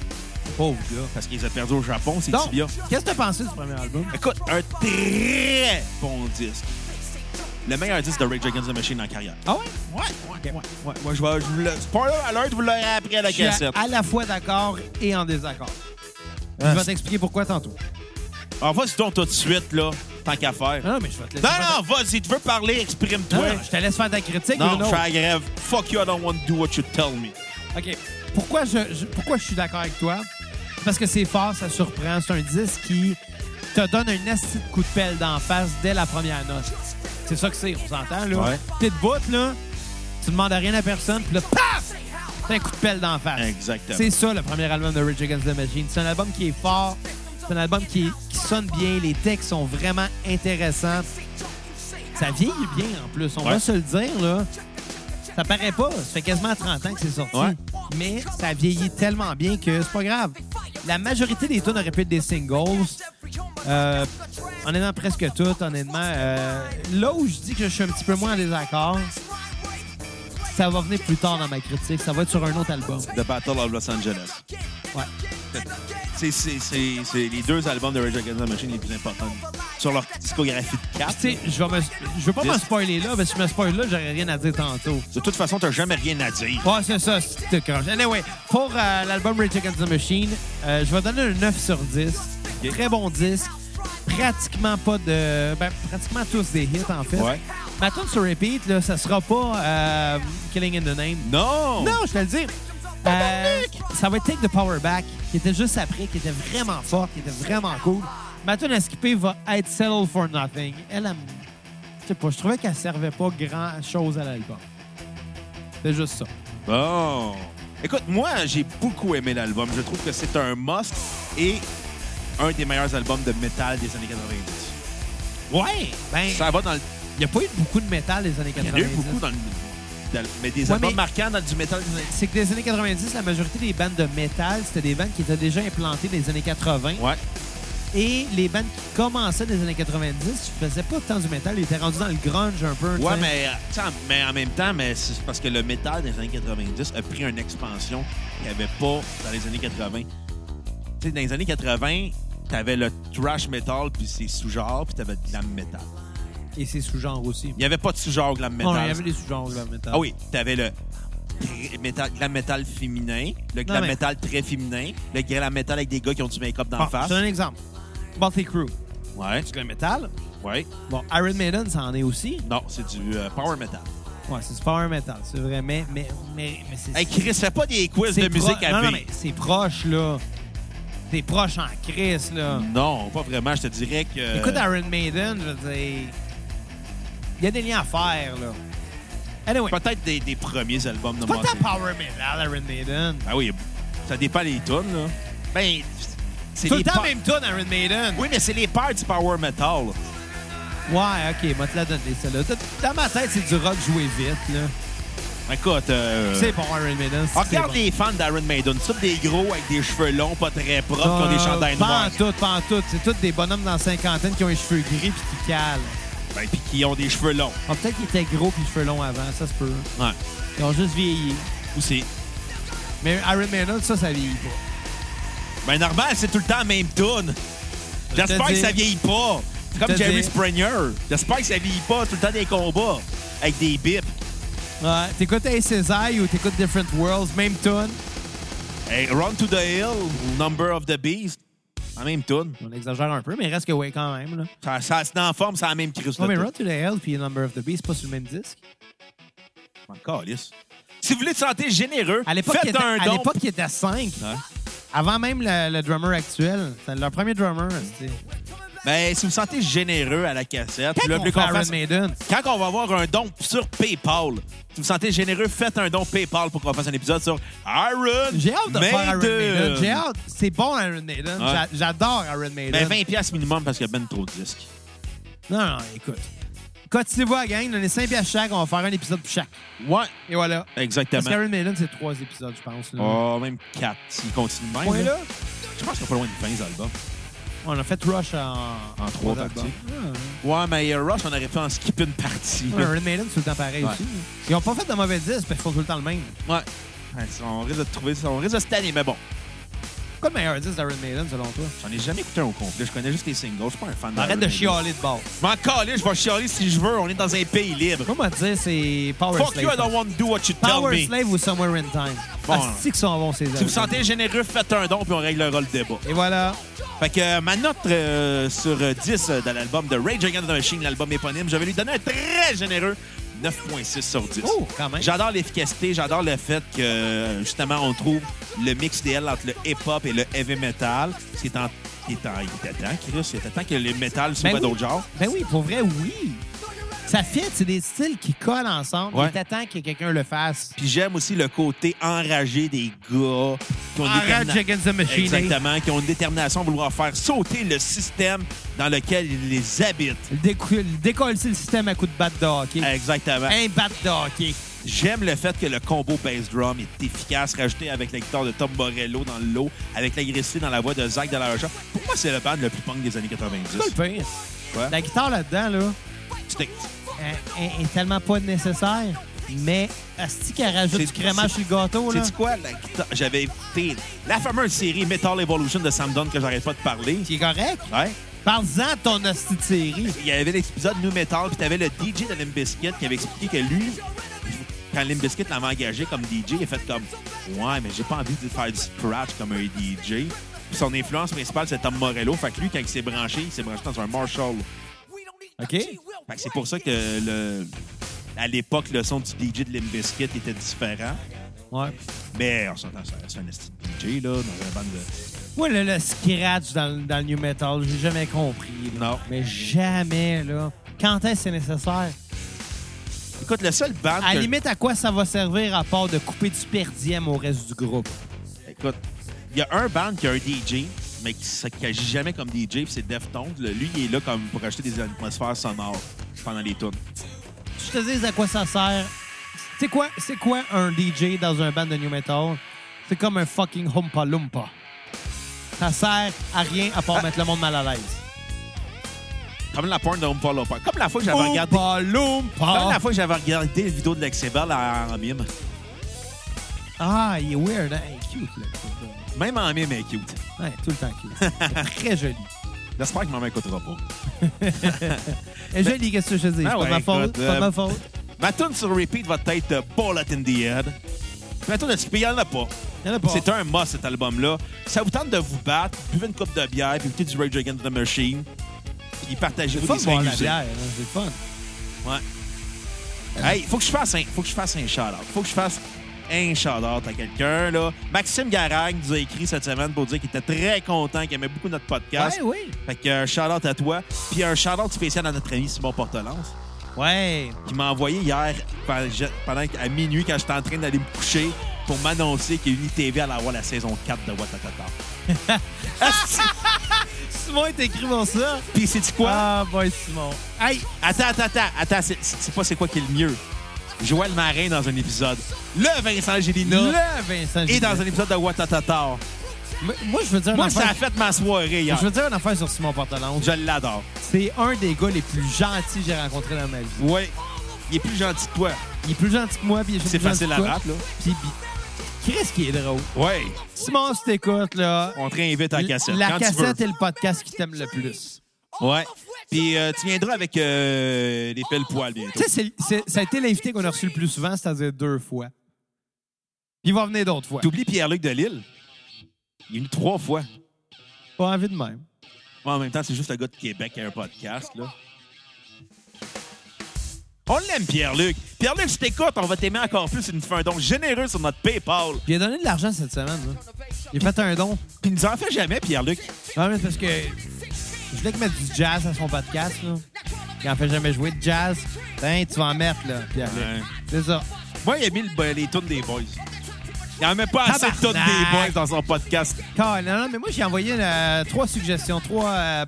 Speaker 2: Pauvre gars.
Speaker 1: parce qu'ils ont perdu au Japon, ces
Speaker 2: Donc,
Speaker 1: tibias.
Speaker 2: qu'est-ce que t'as pensé du premier album?
Speaker 1: Écoute, un très bon disque. Le meilleur disque de Rage Against the Machine en carrière.
Speaker 2: Ah ouais?
Speaker 1: Ouais, ouais, ouais. ouais. Moi, je vais. je vous le- Spoiler alert, vous l'aurez appris à la
Speaker 2: Je suis à,
Speaker 1: cassette.
Speaker 2: à la fois d'accord et en désaccord.
Speaker 1: Ah,
Speaker 2: je vais t'expliquer pourquoi tantôt.
Speaker 1: En Ah, vas-y donc tout de suite, là, tant qu'à faire.
Speaker 2: Non, non, mais je vais te laisser.
Speaker 1: Non,
Speaker 2: faire
Speaker 1: non, vas-y, tu veux parler,
Speaker 2: ta-
Speaker 1: exprime-toi.
Speaker 2: Non, non, je te laisse faire ta critique,
Speaker 1: Hein? Non, je
Speaker 2: Bruno.
Speaker 1: suis à la grève. Fuck you, I don't want to do what you tell me.
Speaker 2: OK. Pourquoi je, je- pourquoi je suis d'accord avec toi? Parce que c'est fort, ça surprend. C'est un disque qui te donne un asti de coup de pelle d'en face dès la première note. C'est ça que c'est, on s'entend, là.
Speaker 1: Ouais.
Speaker 2: Petite bout, là, tu demandes à rien à personne, puis là, paf! T'as un coup de pelle d'en face.
Speaker 1: Exactement.
Speaker 2: C'est ça, le premier album de Rage Against the Machine. C'est un album qui est fort. C'est un album qui, qui sonne bien. Les textes sont vraiment intéressants. Ça vieillit bien, en plus. On
Speaker 1: Ouais.
Speaker 2: va se le dire, là. Ça paraît pas. Ça fait quasiment 30 ans que c'est sorti.
Speaker 1: Ouais.
Speaker 2: Mais ça vieillit tellement bien que c'est pas grave. La majorité des tunes auraient pu être des singles. Euh, honnêtement, presque toutes, honnêtement. Euh, là où je dis que je suis un petit peu moins en désaccord, ça va venir plus tard dans ma critique. Ça va être sur un autre album.
Speaker 1: The Battle of Los Angeles.
Speaker 2: Ouais.
Speaker 1: C'est c'est- c'est- c'est les deux albums de Rage Against the Machine les plus importants sur leur discographie de
Speaker 2: Puis,
Speaker 1: 4.
Speaker 2: tu sais, je vais me- je veux pas me spoiler là, parce que si je me spoil là, j'aurais rien à dire tantôt.
Speaker 1: De toute façon, t'as jamais rien à dire.
Speaker 2: Ouais, c'est ça, c'est de croche. Anyway, pour euh, l'album Rage Against the Machine, euh, je vais donner un 9 sur 10.
Speaker 1: Ok.
Speaker 2: Très bon disque. Pratiquement pas de. Ben, pratiquement tous des hits, en fait.
Speaker 1: Ouais.
Speaker 2: Ma tune sur repeat, là, ça sera pas euh, Killing in the Name.
Speaker 1: Non!
Speaker 2: Non, je te le dis. Euh, ça va être Take the Power Back, qui était juste après, qui était vraiment forte, qui était vraiment cool. Ma tune à skipper va être Settle for Nothing. Elle, elle me- je sais pas, je trouvais qu'elle servait pas grand-chose à l'album. C'est juste ça.
Speaker 1: Bon. Écoute, moi, j'ai beaucoup aimé l'album. Je trouve que c'est un must et un des meilleurs albums de métal des années 90.
Speaker 2: Ouais! Ben,
Speaker 1: Ça va dans le...
Speaker 2: il n'y a pas eu beaucoup de métal des années
Speaker 1: Il y
Speaker 2: 90.
Speaker 1: en a eu beaucoup dans le... dans le- Mais des
Speaker 2: Ouais,
Speaker 1: albums
Speaker 2: mais-
Speaker 1: marquants dans du métal des années...
Speaker 2: C'est que des années 90, la majorité des bandes de métal, c'était des bandes qui étaient déjà implantées des années 80.
Speaker 1: Ouais.
Speaker 2: Et les bandes qui commençaient des années 90, ne faisaient pas tant du métal, ils étaient rendus dans le grunge un peu. tu
Speaker 1: Ouais,
Speaker 2: sais.
Speaker 1: mais, euh, tu sais, en- mais en même temps, mais c'est parce que le métal des années 90 a pris une expansion qu'il n'y avait pas dans les années 80. Tu sais, dans les années 80, t'avais le thrash metal, puis ses sous-genres, puis t'avais le glam metal.
Speaker 2: Et c'est sous-genre aussi.
Speaker 1: Il n'y avait pas de sous-genre glam metal.
Speaker 2: Non, il y avait des sous-genres de métal.
Speaker 1: Ah oui, t'avais le gr- métal, glam metal féminin, le glam
Speaker 2: mais-
Speaker 1: metal très féminin, le glam metal avec des gars qui ont du make-up dans
Speaker 2: Bon,
Speaker 1: la face.
Speaker 2: c'est un exemple. Motley Crew,
Speaker 1: Ouais,
Speaker 2: c'est du métal.
Speaker 1: ouais.
Speaker 2: Bon, Iron Maiden, ça en est aussi.
Speaker 1: Non, c'est du euh, power metal.
Speaker 2: Ouais, c'est du power metal, c'est vrai, mais, mais, mais, mais c'est...
Speaker 1: Hey, Chris, fais pas des quiz
Speaker 2: c'est
Speaker 1: de
Speaker 2: pro-
Speaker 1: musique à
Speaker 2: Non, non,
Speaker 1: vie.
Speaker 2: mais c'est proche, là. C'est proche en crise, là.
Speaker 1: Non, pas vraiment. Je te dirais que.
Speaker 2: Écoute Iron Maiden, je veux dire... Il y a des liens à faire, là. Anyway,
Speaker 1: Peut-être des, des premiers albums de
Speaker 2: pas tant
Speaker 1: Motley.
Speaker 2: power metal, Iron Maiden.
Speaker 1: Ah oui, ça dépend des tunes, là. Ben, c'est
Speaker 2: Tout
Speaker 1: les
Speaker 2: le temps
Speaker 1: pa-
Speaker 2: même tune, Iron Maiden.
Speaker 1: Oui, mais c'est les pères du power metal.
Speaker 2: Ouais, OK, moi, te la donner, celle-là. Dans- Dans ma tête, c'est du rock joué vite, là.
Speaker 1: Écoute, euh,
Speaker 2: C'est bon, Iron Maiden. c'est
Speaker 1: ah, regarde
Speaker 2: bon.
Speaker 1: les fans d'Iron Maiden. C'est tous des gros avec des cheveux longs, pas très propres, qui ont
Speaker 2: Ah,
Speaker 1: des chandails
Speaker 2: Pas en
Speaker 1: noirs.
Speaker 2: tout, pas en tout. C'est tous des bonhommes dans la cinquantaine qui ont les cheveux gris puis qui calent.
Speaker 1: Ben, puis qui ont des cheveux longs.
Speaker 2: Ah, Peut-être qu'ils étaient gros puis les cheveux longs avant, ça se peut.
Speaker 1: Ouais,
Speaker 2: Ils ont juste vieilli.
Speaker 1: aussi.
Speaker 2: Mais Iron Maiden, ça, ça vieillit pas.
Speaker 1: Ben, normal, c'est tout le temps la même tune. J'espère
Speaker 2: te
Speaker 1: que ça
Speaker 2: dire.
Speaker 1: vieillit pas. C'est comme
Speaker 2: te
Speaker 1: Jerry
Speaker 2: dire.
Speaker 1: Springer. J'espère que ça vieillit pas. Tout le temps des combats avec des bips.
Speaker 2: Ouais. T'écoutes Hey César ou t'écoutes Different Worlds, même tune.
Speaker 1: Hey, Run to the Hill, Number of the Beast. La même tune.
Speaker 2: On exagère un peu, mais reste que ouais quand même. Là.
Speaker 1: Ça, ça se met en forme, c'est la même crise.
Speaker 2: Ouais, mais
Speaker 1: de
Speaker 2: Run to the Hell puis Number of the Beast, pas sur le même disque.
Speaker 1: tout. Encore, lisse. Si vous voulez te sentir généreux,
Speaker 2: À l'époque, il
Speaker 1: faites
Speaker 2: était-
Speaker 1: un
Speaker 2: à
Speaker 1: don.
Speaker 2: l'époque, il était à 5.
Speaker 1: Ouais.
Speaker 2: Avant même le, le drummer actuel. C'est leur premier drummer. c'était-
Speaker 1: Ben, si vous vous sentez généreux à la cassette,
Speaker 2: Quand
Speaker 1: le
Speaker 2: on
Speaker 1: plus
Speaker 2: fait
Speaker 1: qu'on
Speaker 2: Iron
Speaker 1: fasse-
Speaker 2: Maiden.
Speaker 1: quand on va avoir un don sur PayPal, si vous vous sentez généreux, faites un don PayPal pour qu'on fasse un épisode sur Iron
Speaker 2: J'ai hâte de faire Iron
Speaker 1: Maiden.
Speaker 2: Maiden. J'ai hâte. C'est bon, Iron Maiden.
Speaker 1: Ouais.
Speaker 2: J'a- J'adore Iron Maiden.
Speaker 1: Ben, 20 pièces minimum parce qu'il y a ben trop de disques.
Speaker 2: Non, non, écoute. Cotez-vous à la gang. Donnez 5 pièces chaque. On va faire un épisode pour chaque.
Speaker 1: Ouais,
Speaker 2: Et voilà. Parce
Speaker 1: exactement.
Speaker 2: qu'Iron Maiden, c'est 3 épisodes, je pense. Là.
Speaker 1: Oh, même 4 s'il continue de même.
Speaker 2: Point
Speaker 1: là.
Speaker 2: là,
Speaker 1: Je pense qu'on est pas loin de 20 albums.
Speaker 2: on a fait Rush en,
Speaker 1: En trois parties.
Speaker 2: albums.
Speaker 1: Ouais, mais euh, Rush, on aurait pu en skipper une partie.
Speaker 2: Ah. Iron Maiden, c'est tout le temps pareil
Speaker 1: Ouais.
Speaker 2: aussi. Ils n'ont pas fait de mauvais disques, mais ils font tout le temps le même.
Speaker 1: Ouais. Ouais, On risque de trouver ça. On risque de se tanner, mais bon.
Speaker 2: Quoi le meilleur disque d'Iron Maiden, selon toi?
Speaker 1: J'en ai jamais écouté un au complet. Je connais juste les singles. Je suis pas un fan
Speaker 2: Arrête
Speaker 1: d'Iron
Speaker 2: de
Speaker 1: Maiden.
Speaker 2: chialer de bord.
Speaker 1: M'en caler, je vais chialer si je veux. On est dans un pays libre.
Speaker 2: Moi, moi, dire, c'est Power
Speaker 1: Fuck
Speaker 2: Slave.
Speaker 1: you, I don't want to do what you tell
Speaker 2: Power
Speaker 1: me.
Speaker 2: Slave ou Somewhere in Time.
Speaker 1: Bon.
Speaker 2: Ah, c'est qu'ils sont bons, ces
Speaker 1: Si vous
Speaker 2: albums.
Speaker 1: sentez généreux, faites un don puis on réglera le débat.
Speaker 2: Et voilà.
Speaker 1: Fait que euh, ma note euh, sur euh, 10 euh, de l'album de Rage Against the Machine, l'album éponyme, je vais lui donner un très généreux 9.6 sur 10.
Speaker 2: Oh, quand même.
Speaker 1: J'adore l'efficacité, j'adore le fait que euh, justement on trouve le mix idéal entre le hip-hop et le heavy metal. C'est en, il est en- il était temps, Chris, il était temps que le metal soit
Speaker 2: oui.
Speaker 1: d'autres genres.
Speaker 2: Ben oui, pour vrai, oui. Ça fit, c'est des styles qui collent ensemble.
Speaker 1: Ouais.
Speaker 2: Et t'attends que quelqu'un le fasse.
Speaker 1: Puis j'aime aussi le côté enragé des gars qui ont une détermina-
Speaker 2: Against the Machine.
Speaker 1: Exactement, qui ont une détermination à vouloir faire sauter le système dans lequel ils les habitent.
Speaker 2: Décolle, le système à coups de batte de hockey. Hein?
Speaker 1: Exactement.
Speaker 2: Un batte de hockey.
Speaker 1: J'aime le fait que le combo bass drum est efficace, rajouté avec la guitare de Tom Morello dans le lot, avec l'agressivité dans la voix de Zach de la Rocha. Pour moi, c'est le band le plus punk des années 90.
Speaker 2: C'est pas le pire.
Speaker 1: Ouais.
Speaker 2: La guitare là-dedans, là,
Speaker 1: C'était-
Speaker 2: elle- elle Euh, est tellement pas nécessaire, mais asti qu'elle rajoute
Speaker 1: C'est-
Speaker 2: du crémage sur
Speaker 1: c'est-
Speaker 2: le gâteau, Oh, là.
Speaker 1: Sais-tu quoi? La guitare- J'avais écouté la fameuse série Metal Evolution de Sam Dunn que j'arrête pas de parler.
Speaker 2: Qui est correct.
Speaker 1: Ouais.
Speaker 2: Parle-en de ton asti de série.
Speaker 1: Il y avait l'épisode New Metal, puis t'avais le DJ de Limp Bizkit qui avait expliqué que lui, quand Limp Bizkit l'avait engagé comme DJ, il a fait comme Ouais, mais j'ai pas envie de faire du scratch comme un DJ. Puis son influence principale, c'est Tom Morello. Fait que lui, quand il s'est branché, il s'est branché dans un Marshall.
Speaker 2: OK?
Speaker 1: Fait que c'est pour ça que le- à l'époque, le son du DJ de Limp Bizkit était différent.
Speaker 2: Ouais.
Speaker 1: Mais on s'entend, ça reste un esti de DJ, là, dans un band de.
Speaker 2: Moi, le, le scratch dans, le- dans le new metal, j'ai jamais compris. là.
Speaker 1: Non.
Speaker 2: Mais jamais, là. Quand est-ce que c'est nécessaire?
Speaker 1: Écoute, le seul band.
Speaker 2: À
Speaker 1: que-
Speaker 2: la limite, à quoi ça va servir à part de couper du per diem au reste du groupe?
Speaker 1: Écoute, il y a un band qui a un DJ, mais qui s'agit jamais comme DJ, puis c'est Deftones. Là. Lui, il est là comme pour acheter des atmosphères sonores pendant les tunes.
Speaker 2: Je te dis à quoi ça sert. C'est quoi, c'est quoi un DJ dans un band de new metal? C'est comme un fucking Humpa Lumpa. Ça sert à rien à
Speaker 1: Ah.
Speaker 2: part mettre le monde mal à l'aise.
Speaker 1: Comme la porn de Home Follow Park. Comme la fois que j'avais regardé.
Speaker 2: Oompa
Speaker 1: Comme la
Speaker 2: Loompa.
Speaker 1: fois que j'avais regardé la vidéo de Lexibel en, en mime.
Speaker 2: Ah, il est weird. hein? Il est cute, là. le
Speaker 1: Même en mime, elle est cute.
Speaker 2: gars. Ouais, tout le temps cute. Il
Speaker 1: (laughs)
Speaker 2: est Très joli.
Speaker 1: J'espère que maman écoutera pas.
Speaker 2: Et joli, qu'est-ce que je dis?
Speaker 1: Ah
Speaker 2: C'est pas
Speaker 1: ouais,
Speaker 2: ma faute.
Speaker 1: écoute,
Speaker 2: c'est pas
Speaker 1: euh,
Speaker 2: ma faute.
Speaker 1: Ma tune sur repeat va être euh, Bullet in the Head. Ma tune de Skippy, il n'y en a pas.
Speaker 2: Il y en a pas.
Speaker 1: C'est un must, cet album-là. Ça vous tente de vous battre, buvez une coupe de bière, puis écoutez du Rage Against the Machine, puis partagez
Speaker 2: C'est
Speaker 1: vous
Speaker 2: le fun
Speaker 1: des
Speaker 2: de boire la
Speaker 1: usées.
Speaker 2: bière. hein, C'est le fun.
Speaker 1: Ouais. Hey, faut que je fasse un, faut que je fasse un shout-out. Faut que je fasse un shout-out à quelqu'un, là. Maxime Garagne nous a écrit cette semaine pour dire qu'il était très content, qu'il aimait beaucoup notre podcast.
Speaker 2: Ouais, oui.
Speaker 1: Fait que un shout-out à toi. Puis un shout-out spécial à notre ami Simon Portelance,
Speaker 2: Ouais.
Speaker 1: qui m'a envoyé hier, pendant pendant- à minuit, quand j'étais en train d'aller me coucher, pour m'annoncer qu'il y a une TV allait avoir la saison 4 de Watatata.
Speaker 2: (laughs)
Speaker 1: Asti!
Speaker 2: Simon est écrit pour ça.
Speaker 1: Puis c'est-tu quoi?
Speaker 2: Ah, boy, Simon.
Speaker 1: Hey, attends, attends, attends, attends, c'est- c'est c'est pas c'est quoi qui est le mieux. Joël Marin dans un épisode. Le Vincent Gélina
Speaker 2: Le Vincent
Speaker 1: et dans
Speaker 2: Gilbert.
Speaker 1: un épisode de Watatata.
Speaker 2: Mais Moi, je veux dire une
Speaker 1: Moi, ça a
Speaker 2: affaire.
Speaker 1: fait ma soirée hier.
Speaker 2: Je veux dire une affaire sur Simon Portalonge.
Speaker 1: Je l'adore.
Speaker 2: C'est un des gars les plus gentils que j'ai rencontrés dans ma vie.
Speaker 1: Oui. Il est plus gentil que toi.
Speaker 2: Il est plus gentil que moi, puis il est
Speaker 1: C'est
Speaker 2: plus
Speaker 1: facile
Speaker 2: gentil que
Speaker 1: à
Speaker 2: toi.
Speaker 1: battre, là.
Speaker 2: Puis, puis Chris qui est drôle.
Speaker 1: Oui.
Speaker 2: Simon, si t'écoutes, là,
Speaker 1: On te réinvite à la cassette.
Speaker 2: la
Speaker 1: quand
Speaker 2: cassette
Speaker 1: tu
Speaker 2: est le podcast qui t'aime le plus.
Speaker 1: veux. Ouais. Puis euh, tu viendras avec euh, les pelles poils bientôt.
Speaker 2: Tu sais, c'est- c'est- ça a été l'invité qu'on a reçu le plus souvent, c'est-à-dire deux fois. Puis il va venir d'autres fois.
Speaker 1: T'oublies Pierre-Luc de Lille. Il est venu trois fois.
Speaker 2: Pas envie de même.
Speaker 1: Moi, en même temps, c'est juste le gars de Québec qui a un podcast, là. On l'aime, Pierre-Luc. Pierre-Luc, si t'écoutes, on va t'aimer encore plus si tu nous fais un don généreux sur notre PayPal.
Speaker 2: Puis Il a donné de l'argent cette semaine. là. Il a fait un don.
Speaker 1: Puis il nous en fait jamais, Pierre-Luc.
Speaker 2: Non, mais c'est parce que
Speaker 1: (laughs)
Speaker 2: je voulais qu'il mette du jazz à son podcast. Là. Il en fait jamais jouer de jazz. Ben, tu vas en mettre, là, Pierre.
Speaker 1: Ouais.
Speaker 2: C'est ça.
Speaker 1: Moi, il a mis le- ben, les tunes des boys. Il en met pas assez de tunes
Speaker 2: Tabarnak.
Speaker 1: des boys dans son podcast.
Speaker 2: Car- Non, non, mais moi, j'ai envoyé euh, trois suggestions. Trois euh,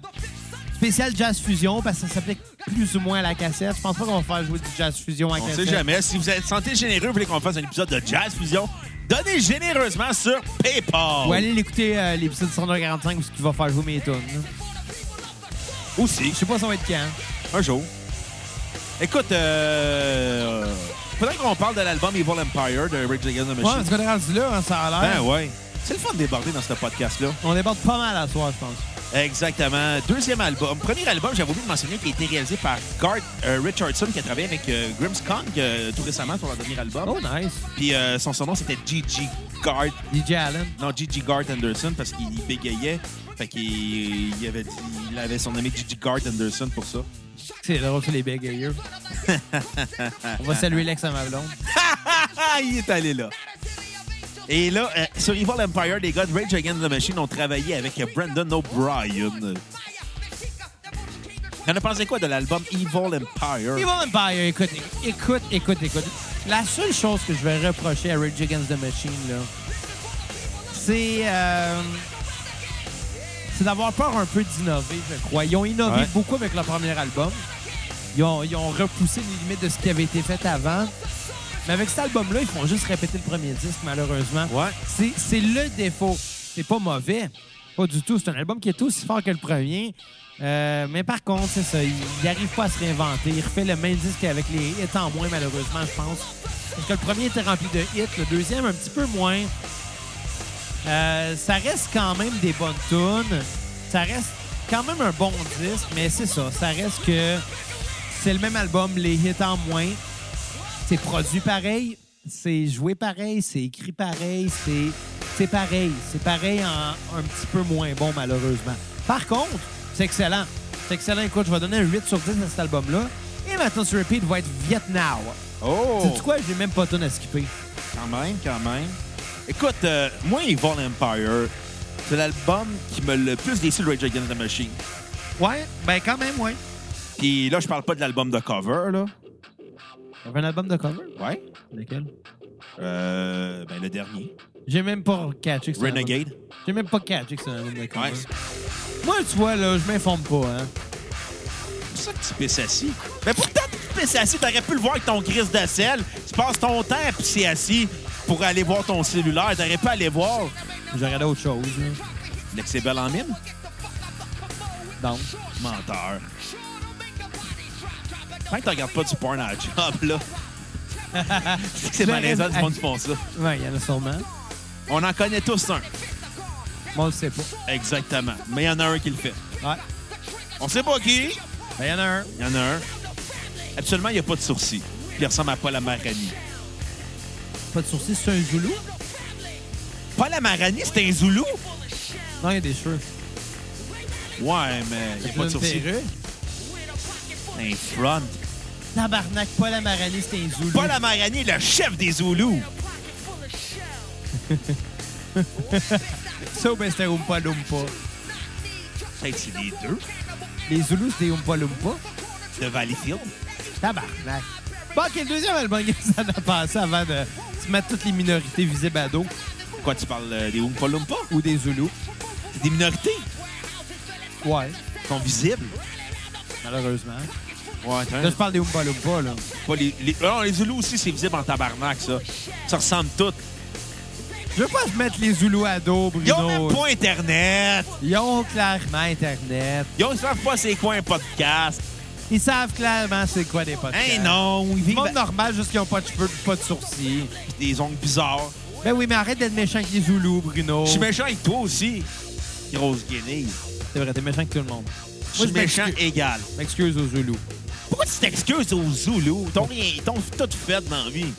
Speaker 2: spéciales jazz fusion, parce que ça s'applique plus ou moins à la cassette. Je pense pas qu'on va faire jouer du jazz fusion à la
Speaker 1: On
Speaker 2: cassette.
Speaker 1: sait jamais. Si vous êtes sentez généreux, vous voulez qu'on fasse un épisode de Jazz Fusion, donnez généreusement sur PayPal.
Speaker 2: Ou aller l'écouter, euh, l'épisode 145, où il va faire jouer mes tunes. là.
Speaker 1: Aussi,
Speaker 2: Je sais pas ça va être quand.
Speaker 1: un jour. Écoute, euh... Faudrait qu'on parle de l'album Evil Empire de Rage Against the Machine.
Speaker 2: Ouais, en tout cas, rendu là, hein, ça a l'air.
Speaker 1: Ben ouais. C'est le fun de déborder dans ce podcast-là.
Speaker 2: On déborde pas mal à soir, je pense.
Speaker 1: Exactement. Deuxième album. Premier album, j'avais oublié de mentionner, qui a été réalisé par Garth euh, Richardson, qui a travaillé avec euh, Grimmskong euh, tout récemment sur leur dernier album.
Speaker 2: Oh, nice.
Speaker 1: Puis euh, son surnom, c'était G.G. Garth.
Speaker 2: DJ Allen.
Speaker 1: Non, G.G. Garth Anderson, parce qu'il bégayait. Fait qu'il il avait, dit- il avait son ami G.G. Garth Anderson pour ça.
Speaker 2: C'est drôle, c'est les bégayeux. On
Speaker 1: Ben.
Speaker 2: va saluer Lex à ma blonde.
Speaker 1: Ah, (laughs) il est allé là. (laughs) Et là, euh, sur Evil Empire, les gars de Rage Against the Machine ont travaillé avec euh, Brendan O'Brien. T'en as pensé quoi de l'album Evil Empire?
Speaker 2: Evil Empire, écoute, écoute, écoute, écoute. La seule chose que je vais reprocher à Rage Against the Machine, là, c'est euh, c'est d'avoir peur un peu d'innover, je crois. Ils ont innové
Speaker 1: Ouais.
Speaker 2: beaucoup avec leur premier album. Ils ont, ils ont repoussé les limites de ce qui avait été fait avant. Mais avec cet album-là, ils font juste répéter le premier disque, malheureusement.
Speaker 1: Ouais.
Speaker 2: C'est c'est le défaut. C'est pas mauvais. Pas du tout. C'est un album qui est aussi fort que le premier. Euh, mais par contre, c'est ça. Il n'arrive pas à se réinventer. Il refait le même disque avec les hits en moins, malheureusement, je pense. Parce que le premier était rempli de hits, le deuxième un petit peu moins. Euh, ça reste quand même des bonnes tunes. Ça reste quand même un bon disque, mais c'est ça. Ça reste que c'est le même album, les hits en moins. C'est produit pareil, c'est joué pareil, c'est écrit pareil, c'est c'est pareil. C'est pareil en un petit peu moins bon, malheureusement. Par contre, c'est excellent. C'est excellent. Écoute, je vais donner un 8 sur 10 à cet album-là. Et maintenant, sur repeat va être Vietnam.
Speaker 1: Oh!
Speaker 2: Sais-tu quoi? J'ai même pas tonne à skipper.
Speaker 1: Quand même, quand même. Écoute, euh, moi, Evil Empire, c'est l'album qui me le plus déçu de Rage Against the Machine.
Speaker 2: Ouais, ben quand même, ouais.
Speaker 1: Puis là, je parle pas de l'album de cover, là.
Speaker 2: T'avais un album de cover?
Speaker 1: Ouais.
Speaker 2: Lequel?
Speaker 1: Euh, ben, le dernier.
Speaker 2: J'ai même pas catché que c'est un album-
Speaker 1: Renegade.
Speaker 2: J'ai même pas catché que c'est un album de cover.
Speaker 1: Ouais.
Speaker 2: Moi, tu vois, là, je m'informe pas, hein.
Speaker 1: C'est pour ça que tu pisses assis. Mais pourtant, tu pisses assis. T'aurais pu le voir avec ton gris de sel. Tu passes ton temps à pisser assis pour aller voir ton cellulaire. T'aurais pu aller voir.
Speaker 2: J'aurais d'autres choses, là.
Speaker 1: Nexé Belle en mime?
Speaker 2: Donc,
Speaker 1: Menteur. Tant que tu regardes pas du porn à la job, là.
Speaker 2: (laughs)
Speaker 1: c'est que c'est malaisant du monde qui font ça.
Speaker 2: ouais, il y en a sûrement.
Speaker 1: On en connaît tous un.
Speaker 2: Mais on le sait pas.
Speaker 1: Exactement. Mais il y en a un qui le fait.
Speaker 2: Ouais.
Speaker 1: On sait pas qui.
Speaker 2: Ben, il y en a un.
Speaker 1: Il y en a un. Absolument, il n'y a pas de sourcils. Puis Il ressemble à Paul Amarani.
Speaker 2: Pas de sourcils, c'est un zoulou?
Speaker 1: Paul Amarani, c'est un Zoulou?
Speaker 2: Non, il y a des cheveux.
Speaker 1: Ouais, mais il n'y a pas de sourcils. Un front.
Speaker 2: Tabarnak, Paul Amarani, c'est un zoulou.
Speaker 1: Paul Amarani, le chef des Zoulous.
Speaker 2: (laughs) Ça, ou ben, c'était Oompa Loompa.
Speaker 1: Peut-être c'est les deux
Speaker 2: Les zoulous, c'était Oompa Loompa.
Speaker 1: de Valleyfield.
Speaker 2: Tabarnak. Bon, OK, le deuxième album que ça a passé avant de se mettre toutes les minorités visibles à dos
Speaker 1: Quoi, tu parles euh, des Oompa Loompa?
Speaker 2: ou des zoulous.
Speaker 1: C'est des minorités
Speaker 2: Ouais,
Speaker 1: qui sont visibles.
Speaker 2: malheureusement.
Speaker 1: Ouais,
Speaker 2: Là, je parle des Oompa Loompa, là.
Speaker 1: pas les, les- non, les Zoulous aussi, c'est visible en tabarnak, ça. Ça ressemble tout.
Speaker 2: Je veux pas se mettre les zoulous à dos, Bruno.
Speaker 1: Ils ont même pas Internet.
Speaker 2: Ils ont clairement Internet.
Speaker 1: Ils ont- ils savent pas c'est quoi un podcast.
Speaker 2: Ils savent clairement c'est quoi des podcasts.
Speaker 1: Hein, non. Ils
Speaker 2: Le
Speaker 1: vivent
Speaker 2: monde
Speaker 1: avec
Speaker 2: normal, juste qu'ils ont pas de cheveux, pas de sourcils.
Speaker 1: des ongles bizarres.
Speaker 2: Ben oui, mais arrête d'être méchant avec les zoulous, Bruno.
Speaker 1: Je suis méchant avec toi aussi, grosse guenille.
Speaker 2: C'est vrai, t'es méchant avec tout le monde.
Speaker 1: Je suis méchant égal.
Speaker 2: Excuse aux zoulous.
Speaker 1: Pourquoi tu t'excuses aux Zoulous? Ils t'ont rien- Ils t'ont tout fait dans la vie.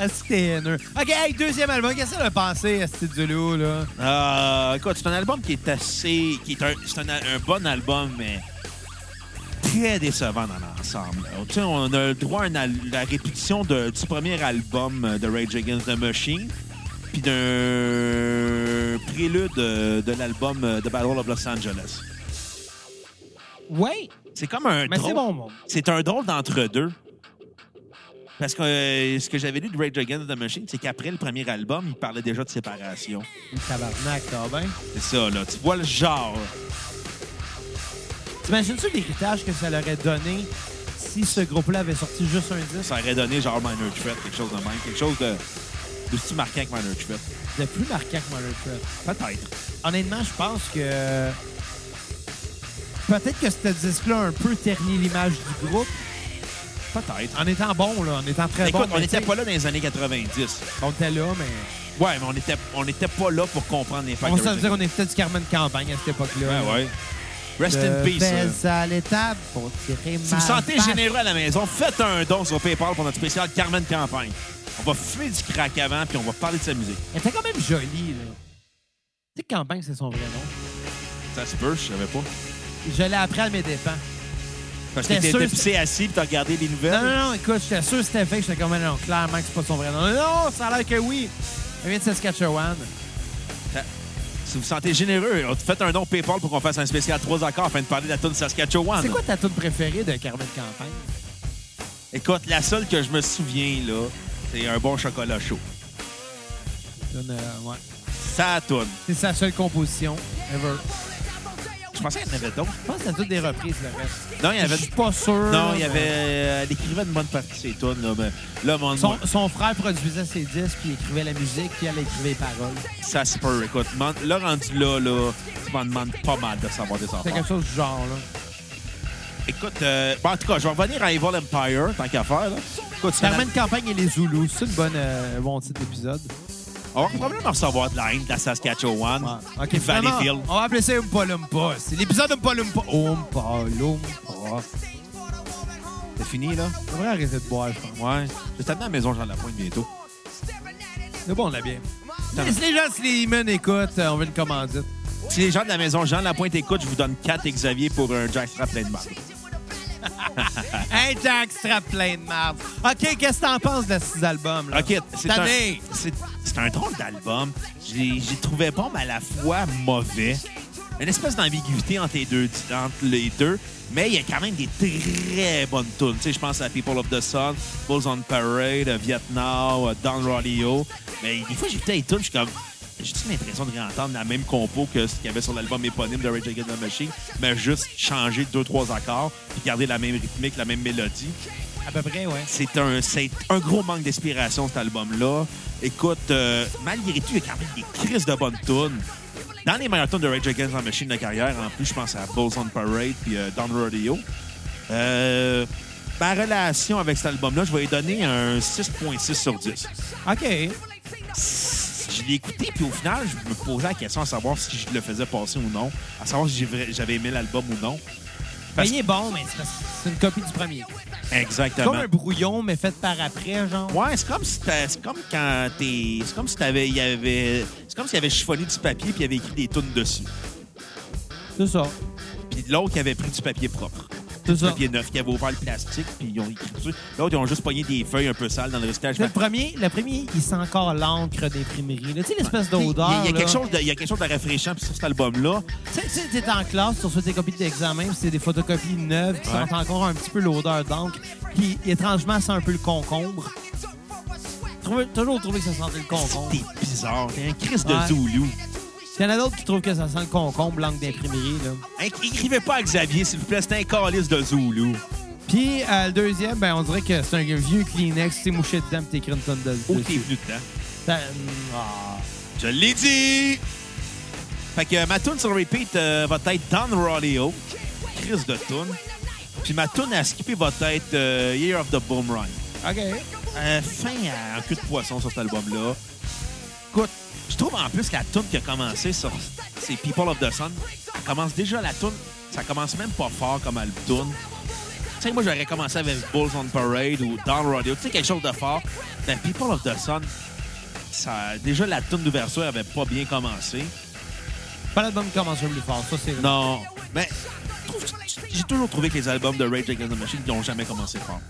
Speaker 2: Est-ce que t'es haineux? OK, hey, deuxième album. Qu'est-ce qu'elle a pensé, à ce zoulou, là?
Speaker 1: Euh, écoute, c'est un album qui est assez. qui est un, c'est un, un bon album, mais très décevant dans l'ensemble. Tu sais, on a le droit à une al- la répétition de- du premier album euh, de Rage Against the Machine, puis d'un prélude euh, de, l'album euh, The Battle of Los Angeles.
Speaker 2: Oui,
Speaker 1: C'est comme un
Speaker 2: mais
Speaker 1: drôle-
Speaker 2: c'est bon, bon.
Speaker 1: c'est un drôle d'entre-deux. Parce que euh, ce que j'avais lu de Rage Against the Machine, c'est qu'après le premier album, il parlait déjà de séparation.
Speaker 2: Le Tabarnak, ben. t'as bien.
Speaker 1: C'est ça, là. Tu vois le genre.
Speaker 2: T'imagines-tu l'héritage que ça leur aurait donné si ce groupe-là avait sorti juste un disque
Speaker 1: ça aurait donné genre Minor Threat, quelque chose de même, quelque chose de d'aussi marquant que Minor Threat.
Speaker 2: de plus marquant que Mother Trust?
Speaker 1: Peut-être.
Speaker 2: Honnêtement, je pense que... Peut-être que ce disque-là a un peu terni l'image du groupe.
Speaker 1: Peut-être.
Speaker 2: En étant bon, là, en étant très bon.
Speaker 1: Écoute, on
Speaker 2: mais
Speaker 1: n'était
Speaker 2: tu sais,
Speaker 1: pas là dans les années 90.
Speaker 2: On était là, mais...
Speaker 1: Ouais, mais on n'était on était pas là pour comprendre les
Speaker 2: On va se le dire, on était du Carmen Campagne à cette époque-là. là. Euh, ben,
Speaker 1: Ouais, ouais. Rest in
Speaker 2: Je
Speaker 1: peace.
Speaker 2: vais
Speaker 1: hein.
Speaker 2: à l'étable pour tirer
Speaker 1: Si
Speaker 2: ma
Speaker 1: vous sentez
Speaker 2: vache.
Speaker 1: généreux à la maison, faites un don sur PayPal pour notre spécial Carmen Campagne. On va fumer du crack avant, puis on va parler de sa musique.
Speaker 2: Elle était quand même jolie, là. Tu sais que Campagne, c'est son vrai nom.
Speaker 1: Ça se peut, je savais pas.
Speaker 2: Je l'ai appris à mes dépens.
Speaker 1: Parce que
Speaker 2: J'étais sûr
Speaker 1: t'étais
Speaker 2: que-
Speaker 1: pissé assis, puis t'as regardé les
Speaker 2: Non,
Speaker 1: nouvelles.
Speaker 2: non, non, écoute, j'étais sûr que c'était fake. J'étais comme, non, clairement que c'est pas son vrai nom. Non, ça a l'air que oui. Elle vient de Saskatchewan.
Speaker 1: Si vous sentez généreux, faites un don PayPal pour qu'on fasse un spécial 3 accords afin de parler de la tune Saskatchewan.
Speaker 2: C'est quoi ta tune préférée de Carmen Campagne?
Speaker 1: Écoute, la seule que je me souviens, là, c'est un bon chocolat chaud.
Speaker 2: Tune, euh, ouais.
Speaker 1: Ça tourne.
Speaker 2: C'est sa seule composition ever.
Speaker 1: Je Je pensais qu'il y en avait d'autres.
Speaker 2: Je pense que c'est toutes des reprises, le reste.
Speaker 1: Non, il y
Speaker 2: Je
Speaker 1: avait.
Speaker 2: suis pas sûr.
Speaker 1: Non, il y avait. euh, Elle écrivait une bonne partie de ses tunes, là. Mais là, mon
Speaker 2: Son, son frère produisait ses disques, puis il écrivait la musique, puis elle écrivait les paroles.
Speaker 1: ça se peut. Écoute, man- là, rendu là, là, tu m'en demandes pas mal de savoir des
Speaker 2: C'était
Speaker 1: enfants.
Speaker 2: quelque chose du genre, là.
Speaker 1: Écoute, euh, bon, en tout cas, je vais revenir à Evil Empire, tant qu'à faire, là. Écoute, c'est
Speaker 2: Carmen Campagne et les Zoulous, c'est une bonne, euh, bon titre d'épisode.
Speaker 1: On va probablement recevoir de la haine de la Saskatchewan.
Speaker 2: Ouais.
Speaker 1: du
Speaker 2: OK, finalement,
Speaker 1: Valleyfield.
Speaker 2: on va appeler ça Oompa Loompa. C'est l'épisode Oompa Loompa. Oompa Loompa.
Speaker 1: C'est fini, là?
Speaker 2: On devrait arrêter de boire, je pense.
Speaker 1: Ouais. Je vais t'amener à la maison Jean Lapointe bientôt.
Speaker 2: C'est bon, la bière. Si les gens, si les men écoutent, euh, on veut une commandite.
Speaker 1: Si les gens de la maison Jean Lapointe écoutent, je vous donne 4 Xavier pour un jackstrap plein de marde.
Speaker 2: (laughs) Un jackstrap plein de marde. OK, qu'est-ce que t'en penses de ces albums, là?
Speaker 1: OK, c'est un,
Speaker 2: Tanné.
Speaker 1: c'est- c'est un drôle d'album. J'ai j'ai trouvé bon, mais à la fois mauvais. Une espèce d'ambiguïté entre, les deux- entre les deux, mais il y a quand même des très bonnes tunes. Tu sais, je pense à People of the Sun, Bulls on Parade, euh, Vietnam, euh, Don Rolio. Mais des fois, j'écoutais les tunes, je suis comme... J'ai juste l'impression de réentendre la même compo que ce qu'il y avait sur l'album éponyme de Rage Against the Machine, mais juste changer deux, trois accords, puis garder la même rythmique, la même mélodie.
Speaker 2: À peu près, ouais.
Speaker 1: C'est un, c'est un gros manque d'inspiration, cet album-là. Écoute, euh, malgré tout, il y a quand même des crises de bonnes tunes. Dans les meilleures tunes de Rage Against the Machine de carrière, en plus, je pense à Bulls on Parade puis euh, Down Rodeo. Euh, ma relation avec cet album-là, je vais lui donner un 6.6 sur 10.
Speaker 2: OK.
Speaker 1: Je l'ai écouté, puis au final, je me posais la question à savoir si je le faisais passer ou non, à savoir si j'ai vra- j'avais aimé l'album ou non.
Speaker 2: Mais
Speaker 1: Parce-
Speaker 2: Ben, il est bon, mais c'est parce que c'est une copie du premier.
Speaker 1: Exactement.
Speaker 2: Comme un brouillon, mais fait par après, genre.
Speaker 1: Ouais, c'est comme si t'as- c'est comme quand t'es, c'est comme si t'avais, il y avait, c'est comme s'il avait chiffonné du papier puis il avait écrit des tunes dessus.
Speaker 2: C'est ça.
Speaker 1: Puis l'autre qui avait pris du papier propre,
Speaker 2: C'est
Speaker 1: du
Speaker 2: ça.
Speaker 1: papier neuf, qui avait ouvert le plastique puis ils ont écrit dessus. L'autre ils ont juste pogné des feuilles un peu sales dans le recyclage.
Speaker 2: Tu sais, Le premier, le premier, il sent encore l'encre d'imprimerie. là. Tu sais, l'espèce
Speaker 1: Il y a-
Speaker 2: d'odeur.
Speaker 1: Il y a quelque
Speaker 2: là.
Speaker 1: chose, de, il y a quelque chose de rafraîchant puis sur cet album-là.
Speaker 2: Tu sais, tu sais, t'es en classe, tu reçois tes copies d'examen, puis c'est des photocopies neuves qui
Speaker 1: Ouais.
Speaker 2: sentent encore un petit peu l'odeur d'encre, qui étrangement sent un peu le concombre. Trouve- toujours trouvé que ça sentait le concombre.
Speaker 1: T'es bizarre, t'es un Christ
Speaker 2: Ouais.
Speaker 1: de Zoulou.
Speaker 2: Il y en a d'autres qui trouvent que ça sent le concombre, l'encre d'imprimerie. là.
Speaker 1: Hein, écrivez pas à Xavier s'il vous plaît, c'est un calice de Zoulou.
Speaker 2: Puis euh, le deuxième, ben, on dirait que c'est un vieux Kleenex, tu t'es mouché dedans, puis t'écris une tonne de.
Speaker 1: Où t'es
Speaker 2: dessus.
Speaker 1: venu dedans?
Speaker 2: Ça- ah.
Speaker 1: Je l'ai dit! Fait que euh, ma tune sur repeat euh, va être Don Rodeo, Chris de tune. Puis ma tune à skipper va être euh, Year of the Boomerang.
Speaker 2: OK.
Speaker 1: Euh, fin à un cul de poisson sur cet album-là. Écoute, je trouve en plus que la tune qui a commencé sur c'est People of the Sun, elle commence déjà la tune, ça commence même pas fort comme elle tourne. Tu sais, moi j'aurais commencé avec Bulls on Parade ou Down Radio, tu sais quelque chose de fort. Mais People of the Sun, ça, déjà la tune d'ouverture avait pas bien commencé.
Speaker 2: Pas l'album qui commence le plus fort, ça c'est vrai.
Speaker 1: Non, mais je trouve- j'ai toujours trouvé que les albums de Rage Against the Machine n'ont jamais commencé fort.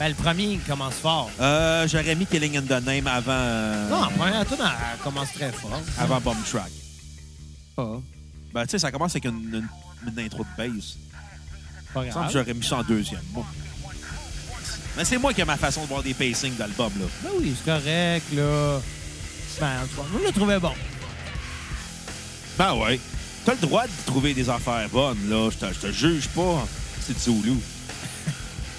Speaker 2: Ben, le premier, il commence fort.
Speaker 1: Euh, j'aurais mis Killing in the Name avant, euh,
Speaker 2: Non, la première tune, elle elle commence très fort.
Speaker 1: avant Bomb Track.
Speaker 2: Pas,
Speaker 1: Ben, tu sais, ça commence avec une, une- une intro de bass.
Speaker 2: pas
Speaker 1: Il me semble que
Speaker 2: grave.
Speaker 1: j'aurais mis ça en deuxième. Bon. Mais c'est moi qui ai ma façon de voir des pacings d'albums, là.
Speaker 2: Ben oui, c'est correct, là. Ben, en tout cas, nous, on l'a trouvé bon.
Speaker 1: Ben ouais. T'as le droit de trouver des affaires bonnes, là. Je te, je te juge pas. C'est du Zoulou.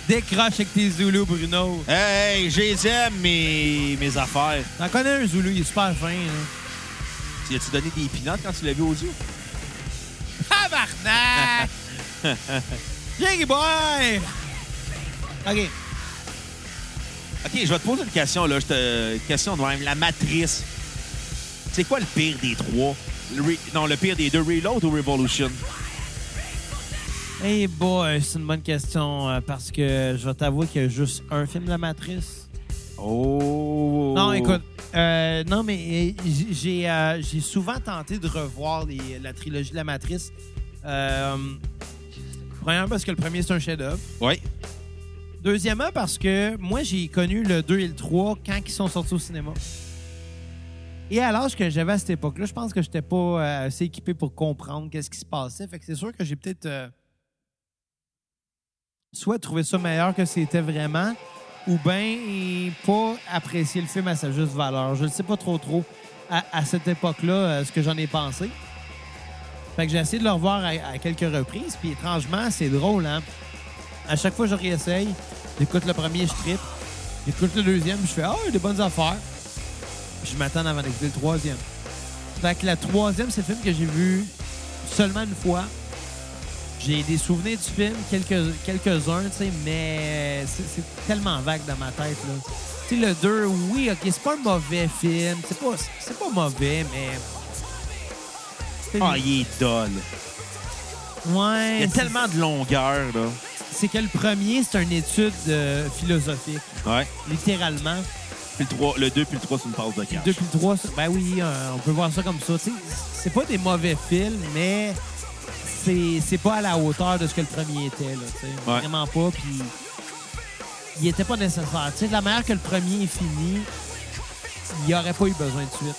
Speaker 2: Décroche avec tes Zoulous, Bruno.
Speaker 1: Hey, j'ai les aime, mes, mes affaires.
Speaker 2: T'en connais un Zoulou, il est super fin, hein. là.
Speaker 1: Tu as-tu donné des pinottes quand tu l'as vu aux yeux?
Speaker 2: Tabarnak! Jiggy boy! OK.
Speaker 1: OK, je vais te poser une question, là. Je te... Question de même. La matrice. C'est quoi le pire des trois? Le re- Non, le pire des deux, Reload ou Revolution?
Speaker 2: Hey boy, c'est une bonne question, euh, parce que je vais t'avouer qu'il y a juste un film de la Matrice.
Speaker 1: Oh!
Speaker 2: Non, écoute, euh, non, mais euh, j- j'ai euh, j'ai souvent tenté de revoir les- la trilogie de la Matrice. Euh, premièrement, parce que le premier, c'est un chef-d'œuvre.
Speaker 1: Oui.
Speaker 2: Deuxièmement, parce que moi, j'ai connu le 2 et le 3 quand ils sont sortis au cinéma. Et à l'âge que j'avais à cette époque-là, je pense que j'étais pas euh, assez équipé pour comprendre qu'est-ce qui se passait. Fait que c'est sûr que j'ai peut-être euh, soit trouvé ça meilleur que c'était vraiment, ou bien pas apprécié le film à sa juste valeur. Je ne sais pas trop trop à, à cette époque-là euh, ce que j'en ai pensé. Fait que j'ai essayé de le revoir à, à quelques reprises. Puis étrangement, c'est drôle, hein? À chaque fois que je réessaye, j'écoute le premier, je tripe. J'écoute le deuxième, je fais Ah, il y a des bonnes affaires. Puis je m'attends avant d'écouter le troisième. Fait que la troisième, c'est le film que j'ai vu seulement une fois. J'ai des souvenirs du film, quelques- quelques-uns, tu sais, mais c'est c'est tellement vague dans ma tête, là. Tu sais, le 2, oui, OK, c'est pas un mauvais film. C'est pas, c'est pas mauvais, mais... C'est-
Speaker 1: Ah, il est dole.
Speaker 2: ouais,
Speaker 1: Il y a
Speaker 2: c'est-
Speaker 1: tellement de longueur, là.
Speaker 2: C'est que le premier, c'est une étude euh, philosophique,
Speaker 1: Ouais.
Speaker 2: littéralement.
Speaker 1: Puis le, 3, le 2 puis le 3, c'est une passe de cash.
Speaker 2: Depuis le 3, ben oui, euh, on peut voir ça comme ça. Tu sais, C'est pas des mauvais films, mais c'est c'est pas à la hauteur de ce que le premier était. Là, tu sais.
Speaker 1: Ouais.
Speaker 2: Vraiment pas. Puis il était pas nécessaire. Tu sais, de la manière que le premier est fini, il n'y aurait pas eu besoin de suite.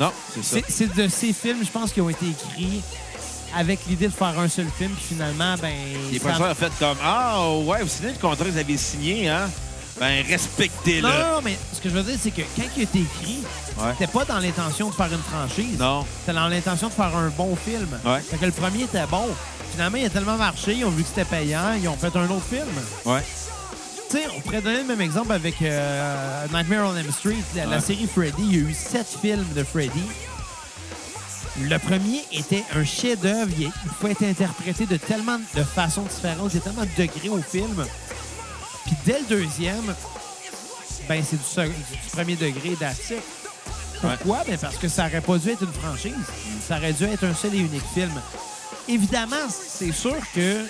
Speaker 1: Non, c'est ça.
Speaker 2: C'est- C'est de ces films, je pense, qui ont été écrits avec l'idée de faire un seul film, puis finalement, ben.
Speaker 1: Les
Speaker 2: ça-
Speaker 1: professeurs ont fait comme Ah, ouais, vous signez le contrat que vous avez signé, hein? Ben, respectez-le.
Speaker 2: non, non, non, mais ce que je veux dire, c'est que quand il a été écrit,
Speaker 1: Ouais.
Speaker 2: c'était pas dans l'intention de faire une franchise.
Speaker 1: Non.
Speaker 2: C'était dans l'intention de faire un bon film.
Speaker 1: Ouais.
Speaker 2: Fait que le premier était bon. Finalement, il a tellement marché, ils ont vu que c'était payant, ils ont fait un autre film.
Speaker 1: Ouais.
Speaker 2: Tu sais, on pourrait donner le même exemple avec euh, Nightmare on Elm Street, la, la
Speaker 1: Ouais.
Speaker 2: série Freddy. Il y a eu sept films de Freddy. Le premier était un chef-d'œuvre. Il, il pouvait être interprété de tellement de façons différentes. Il y a tellement de degrés au film. Puis dès le deuxième, ben c'est du, sec- du premier degré d'asset. Pourquoi? Ben parce que ça aurait pas dû être une franchise. Ça aurait dû être un seul et unique film. Évidemment, c'est sûr que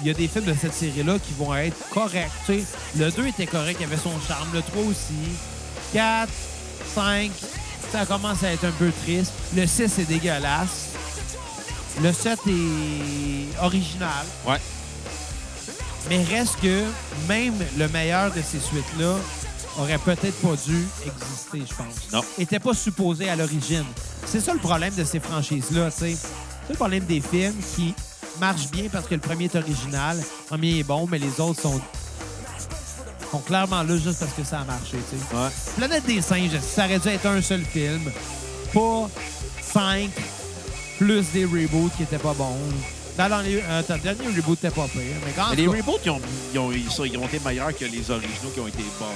Speaker 2: il y a des films de cette série-là qui vont être corrects. tu sais. Le 2 était correct, il avait son charme. Le 3 aussi. 4, 5, ça commence à être un peu triste. Le 6 est dégueulasse. Le 7 est original.
Speaker 1: Ouais.
Speaker 2: Mais reste que même le meilleur de ces suites-là aurait peut-être pas dû exister, je pense.
Speaker 1: Non.
Speaker 2: Était pas supposé à l'origine. C'est ça le problème de ces franchises-là, tu sais. C'est le problème des films qui marchent bien parce que le premier est original, le premier est bon, mais les autres sont, sont clairement là juste parce que ça a marché, tu sais.
Speaker 1: Ouais.
Speaker 2: Planète des singes, ça aurait dû être un seul film. Pas cinq, plus des reboots qui étaient pas bons. Dans les, euh, ton dernier reboot était pas pire, mais quand
Speaker 1: Mais les reboots, ils ont, ils, ont, ils sont- ils ont été meilleurs que les originaux qui ont été bas-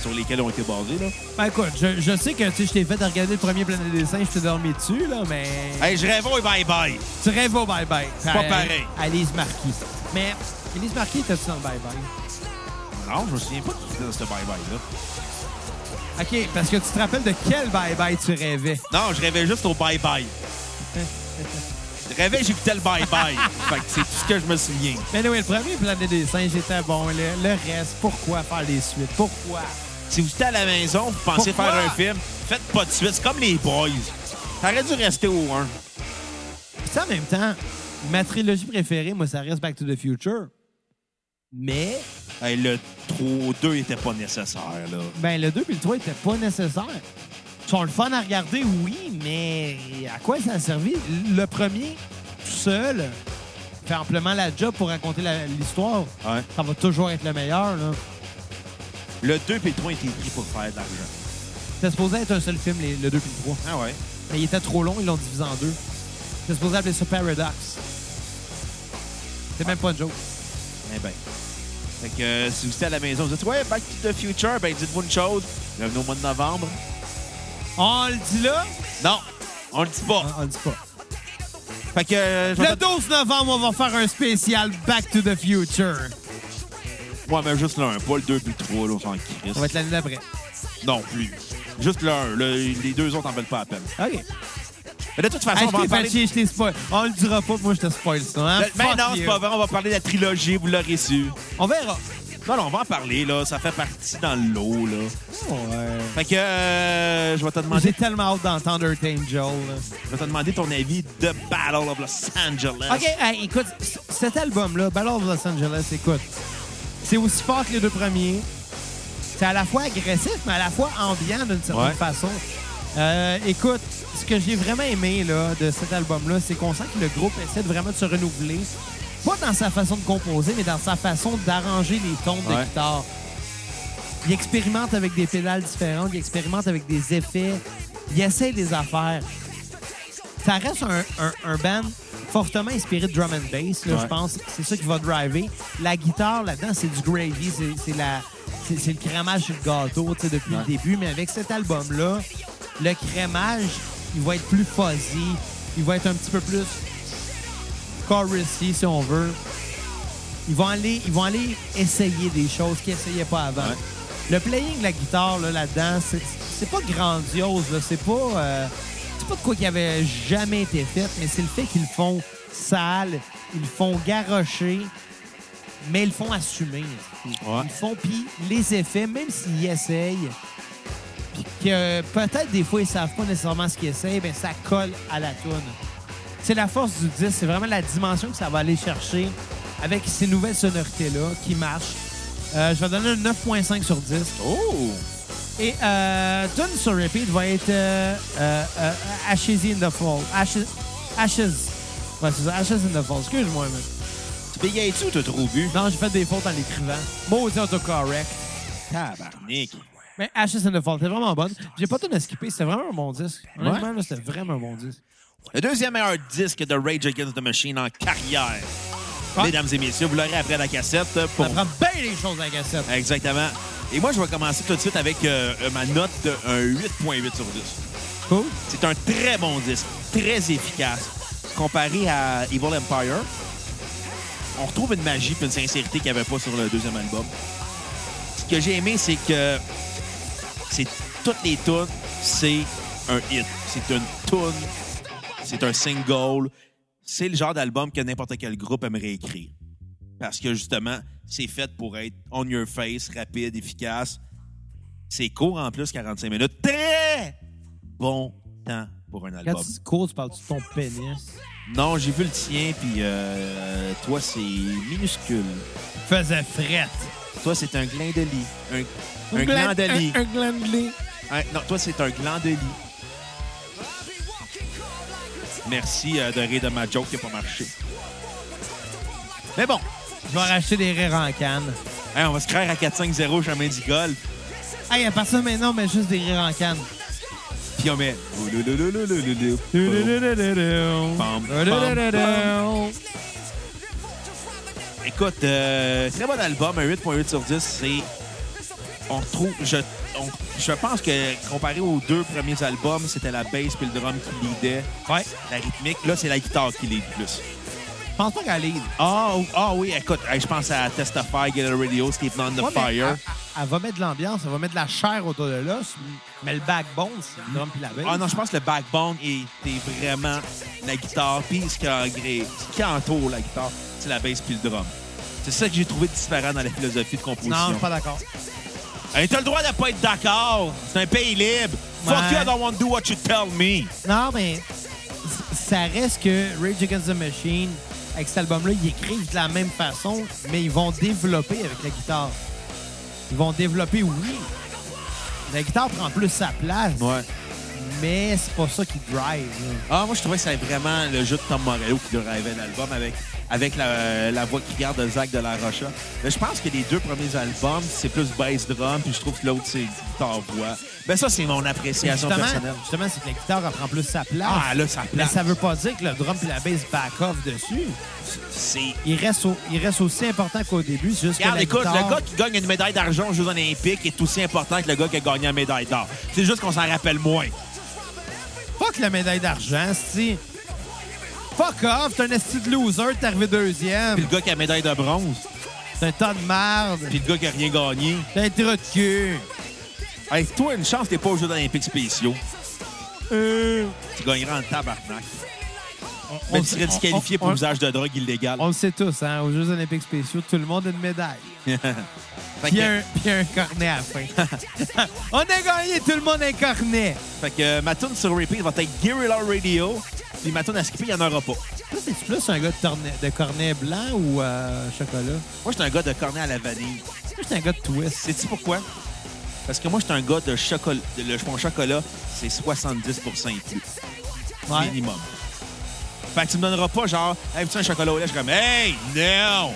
Speaker 1: sur lesquels ont été basés, là.
Speaker 2: Ben, écoute, je, je sais que tu sais, je t'ai fait regarder le premier Planète des singes, je t'ai dormi dessus, là, mais...
Speaker 1: Hey, je rêve, et bye-bye.
Speaker 2: Tu rêves au bye-bye.
Speaker 1: pas pareil.
Speaker 2: Alice Marquis. Mais Alice Marquis était-tu dans le bye-bye?
Speaker 1: Non, je me souviens pas qui était dans ce bye-bye-là.
Speaker 2: OK, parce que tu te rappelles de quel bye-bye tu rêvais. (laughs)
Speaker 1: Non, je rêvais juste au bye-bye. je rêvais, j'écoutais le bye-bye. (laughs) fait que c'est tout ce que je me souviens.
Speaker 2: Mais oui, le premier Planète des singes était bon. Le, le reste, pourquoi faire les suites? Pourquoi?
Speaker 1: Si vous êtes à la maison, vous pensez
Speaker 2: Pourquoi?
Speaker 1: faire un film, faites pas de suite. C'est comme les boys. T'aurais dû rester au 1.
Speaker 2: Puis ça, en même temps, ma trilogie préférée, moi, ça reste Back to the Future. Mais,
Speaker 1: Hey, le 3, 2 était pas nécessaire, là.
Speaker 2: ben, le 2 et le 3 n'étaient pas nécessaires. Ils sont le fun à regarder, oui, mais à quoi ça a servi? Le premier, tout seul, fait amplement la job pour raconter la- l'histoire.
Speaker 1: Ouais.
Speaker 2: Ça va toujours être le meilleur, là.
Speaker 1: Le 2 et le 3 étaient pris pour faire de l'argent.
Speaker 2: C'était supposé être un seul film, les- le 2 puis le 3.
Speaker 1: Ah ouais?
Speaker 2: Mais il était trop long, ils l'ont divisé en deux. C'était supposé appeler ça Paradox. C'est même pas une joke.
Speaker 1: Eh ben. Fait que euh, si vous êtes à la maison, vous dites Ouais, Back to the Future, ben dites-vous une chose. Revenez au mois de novembre.
Speaker 2: On le dit là?
Speaker 1: Non, on le dit
Speaker 2: On,
Speaker 1: pas.
Speaker 2: on le dit pas.
Speaker 1: Fait que euh, je vais
Speaker 2: Ah. Le 12 novembre, on va faire un spécial Back to the Future.
Speaker 1: faire- Ouais, mais juste le 1, pas le 2 puis le 3, là, on s'en crisse.
Speaker 2: Ça va être l'année d'après.
Speaker 1: Non plus. Juste le 1. le- les deux autres en veulent pas à peine.
Speaker 2: OK.
Speaker 1: Mais de toute façon,
Speaker 2: Hey,
Speaker 1: Ah, on
Speaker 2: je
Speaker 1: va en
Speaker 2: t'ai
Speaker 1: parler.
Speaker 2: fait chier, je t'ai spoil. Ah, On le dira pas, moi, je te spoil ça. Hein?
Speaker 1: Le- Mais
Speaker 2: Fuck
Speaker 1: non, c'est
Speaker 2: you.
Speaker 1: pas vrai, on va parler de la trilogie, vous l'aurez su.
Speaker 2: On verra.
Speaker 1: Non, non, on va en parler, là. Ça fait partie dans le lot, là.
Speaker 2: Ouais.
Speaker 1: Fait que euh, je vais te
Speaker 2: J'ai
Speaker 1: demander
Speaker 2: tellement hâte d'entendre Tame Joel. là.
Speaker 1: je vais te demander ton avis de Battle of Los Angeles.
Speaker 2: OK, hey, écoute, c- cet album-là, Battle of Los Angeles, écoute, c'est aussi fort que les deux premiers. C'est à la fois agressif, mais à la fois ambiant d'une certaine
Speaker 1: Ouais.
Speaker 2: façon. Euh, écoute, ce que j'ai vraiment aimé là, de cet album-là, c'est qu'on sent que le groupe essaie de vraiment de se renouveler. Pas dans sa façon de composer, mais dans sa façon d'arranger les tons de
Speaker 1: Ouais.
Speaker 2: guitare. Il expérimente avec des pédales différentes, il expérimente avec des effets, il essaie des affaires. ça reste un, un, un band fortement inspiré de drum and bass, là,
Speaker 1: Ouais.
Speaker 2: je pense. C'est ça qui va driver. La guitare, là-dedans, c'est du gravy, c'est- c'est la... C'est c'est le crémage sur le gâteau tu sais, depuis
Speaker 1: Ouais.
Speaker 2: le début, mais avec cet album-là, le crémage, il va être plus fuzzy, il va être un petit peu plus chorusy, si on veut. Ils vont aller, ils vont aller essayer des choses qu'ils n'essayaient pas avant.
Speaker 1: Ouais.
Speaker 2: Le playing de la guitare là, là-dedans, c'est- c'est pas grandiose, là, c'est pas, euh, c'est pas de quoi qui avait jamais été fait, mais c'est le fait qu'ils le font sale, ils le font garrocher, mais ils le font assumer. Ils le font, puis les effets, même s'ils essayent, puis que peut-être des fois ils savent pas nécessairement ce qu'ils essayent, ben ça colle à la toune. C'est la force du 10, c'est vraiment la dimension que ça va aller chercher avec ces nouvelles sonorités-là qui marchent. Euh, je vais donner un 9.5 sur 10.
Speaker 1: Oh!
Speaker 2: Et euh, Tune sur Repeat va être euh, euh, euh, Ashes in the Fall. Ashes. Ashes. Ouais, c'est ça, Ashes in the Fall. Excuse-moi, man.
Speaker 1: Tu bégayes-tu ou t'as trop bu?
Speaker 2: Non, j'ai fait des fautes en l'écrivant. Maudit autocorrect.
Speaker 1: Tabarnak.
Speaker 2: Mais Ashes in the Fall, c'était vraiment bonne. J'ai pas tout à skipper, c'était vraiment un bon disque. Honnêtement, là, c'était vraiment un bon disque.
Speaker 1: Le deuxième meilleur disque de Rage Against the Machine en carrière.
Speaker 2: Ouais.
Speaker 1: Mesdames et messieurs, vous l'aurez après la cassette. euh, Pour...
Speaker 2: Ça prend bien les choses à la cassette.
Speaker 1: Exactement. Et moi, je vais commencer tout de suite avec euh, euh, ma note de un 8.8 sur 10.
Speaker 2: Cool.
Speaker 1: C'est un très bon disque, très efficace. Comparé à Evil Empire, on retrouve une magie et une sincérité qu'il n'y avait pas sur le deuxième album. Ce que j'ai aimé, c'est que c'est toutes les tunes, c'est un hit. C'est une tune, c'est un single. C'est le genre d'album que n'importe quel groupe aimerait écrire. Parce que justement, c'est fait pour être on your face, rapide, efficace. C'est court en plus, 45 minutes. Très bon temps pour un
Speaker 2: Quand
Speaker 1: album.
Speaker 2: tu dis cool, tu parles de ton pénis.
Speaker 1: Non, j'ai vu le tien, puis euh, toi, c'est minuscule.
Speaker 2: Faisait frette.
Speaker 1: Toi, c'est un glin de lit. Un, un gland de lit.
Speaker 2: Un, un gland de lit.
Speaker 1: Ouais, non, toi, c'est un gland de lit. Merci euh, de rire de ma joke qui n'a pas marché. Mais bon,
Speaker 2: Je vais racheter des rires en canne.
Speaker 1: hein, on va se craire à 4-5-0 chemin du golf.
Speaker 2: Hey, à part ça, maintenant, mais juste des rires en canne.
Speaker 1: Puis on met... Pam, pam, pam.
Speaker 2: Moi,
Speaker 1: Écoute, euh, très bon album, un 8.8 sur 10. C'est... On retrouve... Je, on- je (laughs) pense que comparé aux deux premiers albums, c'était la bass puis le drum qui leadait. Ouais. La rythmique. Là, c'est la guitare qui lead plus.
Speaker 2: Je pense pas qu'elle lead.
Speaker 1: Ah ou- ah oui, écoute, hey, je pense à Testify, Get a Radio, Steve on the
Speaker 2: Ouais, mais
Speaker 1: Fire.
Speaker 2: Elle, elle- elle va mettre de l'ambiance, elle va mettre de la chair autour de l'os, mais le backbone, c'est le drum puis la baisse.
Speaker 1: Ah non, je pense que le backbone était vraiment la guitare, puis ce qui, agré- ce qui entoure la guitare, c'est la bass puis le drum. C'est ça que j'ai trouvé différent dans la philosophie de
Speaker 2: non, je
Speaker 1: composition.
Speaker 2: suis pas d'accord.
Speaker 1: Hey, T'as le droit de pas être d'accord. C'est un pays libre. Fuck
Speaker 2: Ouais.
Speaker 1: you, I don't want to do what you tell me.
Speaker 2: Non, mais c- ça reste que Rage Against the Machine, avec cet album-là, ils écrivent de la même façon, mais ils vont développer avec la guitare. Ils vont développer, oui. La guitare prend plus sa place, mais c'est pas ça qui drive. là.
Speaker 1: Ah, moi, je trouvais que c'était vraiment le jeu de Tom Morello qui drivait l'album avec, avec la, euh, la voix qui garde de Zach de la Rocha. Mais je pense que les deux premiers albums, c'est plus bass drum, puis je trouve que l'autre, c'est guitare-voix. Ben ça, c'est mon appréciation
Speaker 2: Justement,
Speaker 1: personnelle.
Speaker 2: justement, c'est que la guitare elle prend plus sa place.
Speaker 1: Ah, là, ça
Speaker 2: Mais
Speaker 1: place.
Speaker 2: ça veut pas dire que le drum et la bass back off dessus.
Speaker 1: C'est...
Speaker 2: Il reste, au- il reste aussi important qu'au début. C'est juste que
Speaker 1: Regarde,
Speaker 2: la
Speaker 1: écoute,
Speaker 2: guitare-
Speaker 1: le gars qui gagne une médaille d'argent aux Jeux Olympiques est aussi important que le gars qui a gagné la médaille d'or. C'est juste qu'on s'en rappelle moins.
Speaker 2: Fuck la médaille d'argent, si. Fuck off, t'es un esti de loser, t'es arrivé
Speaker 1: Puis
Speaker 2: deuxième.
Speaker 1: le gars qui a la médaille de bronze,
Speaker 2: T'es un tas de merde.
Speaker 1: puis le gars qui a rien gagné.
Speaker 2: T'es un trou de cul.
Speaker 1: Hey, toi, une chance, t'es pas aux Jeux Olympiques spéciaux.
Speaker 2: Euh,
Speaker 1: Tu gagneras en tabarnak.
Speaker 2: on-
Speaker 1: Mais
Speaker 2: on-
Speaker 1: tu serais disqualifié
Speaker 2: on-
Speaker 1: pour
Speaker 2: on-
Speaker 1: usage de drogue illégale.
Speaker 2: On le sait tous, hein, aux Jeux olympiques spéciaux, tout le monde a une médaille.
Speaker 1: Fait
Speaker 2: Puis
Speaker 1: que-
Speaker 2: un, puis un cornet à
Speaker 1: (laughs)
Speaker 2: la fin. on a gagné, tout le monde a un cornet.
Speaker 1: Fait que euh, ma tune sur repeat va être Guerrilla Radio. Puis ma tune à skipper, il n'y en aura pas.
Speaker 2: Toi, t'es-tu plus un gars de, cornet- de cornet blanc ou euh, chocolat?
Speaker 1: Moi, j'étais un gars de cornet à la vanille.
Speaker 2: Moi, j'étais un gars de twist.
Speaker 1: Sais-tu pourquoi? Parce que moi, j'étais un gars de chocolat. Le, mon chocolat, c'est 70 et plus.
Speaker 2: Ouais.
Speaker 1: Minimum. Fait que tu me donneras pas genre, hey, tu un chocolat au lait? Je suis comme, hey, non!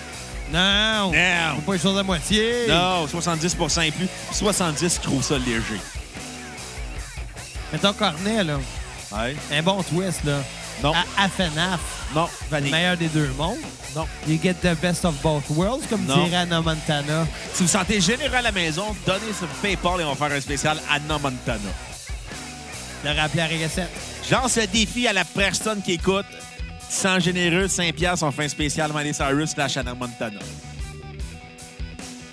Speaker 2: Non!
Speaker 1: Non!
Speaker 2: Faut pas les choses à moitié!
Speaker 1: Non, 70 et plus. 70, je trouve ça léger.
Speaker 2: Mais ton cornet, là,
Speaker 1: Ouais.
Speaker 2: un bon twist, là.
Speaker 1: Non.
Speaker 2: à, à FNAF.
Speaker 1: Non,
Speaker 2: Le
Speaker 1: Vanille.
Speaker 2: meilleur des deux mondes.
Speaker 1: Non.
Speaker 2: You get the best of both worlds, comme
Speaker 1: Non.
Speaker 2: dirait Anna Montana.
Speaker 1: Si vous sentez généreux à la maison, donnez sur PayPal et on va faire un spécial Anna Montana.
Speaker 2: Le rappeler à Régacette.
Speaker 1: Lance le défi à la personne qui écoute. Sans généreux, 5 piastres, on fait un spécial Miley Cyrus slash Anna Montana.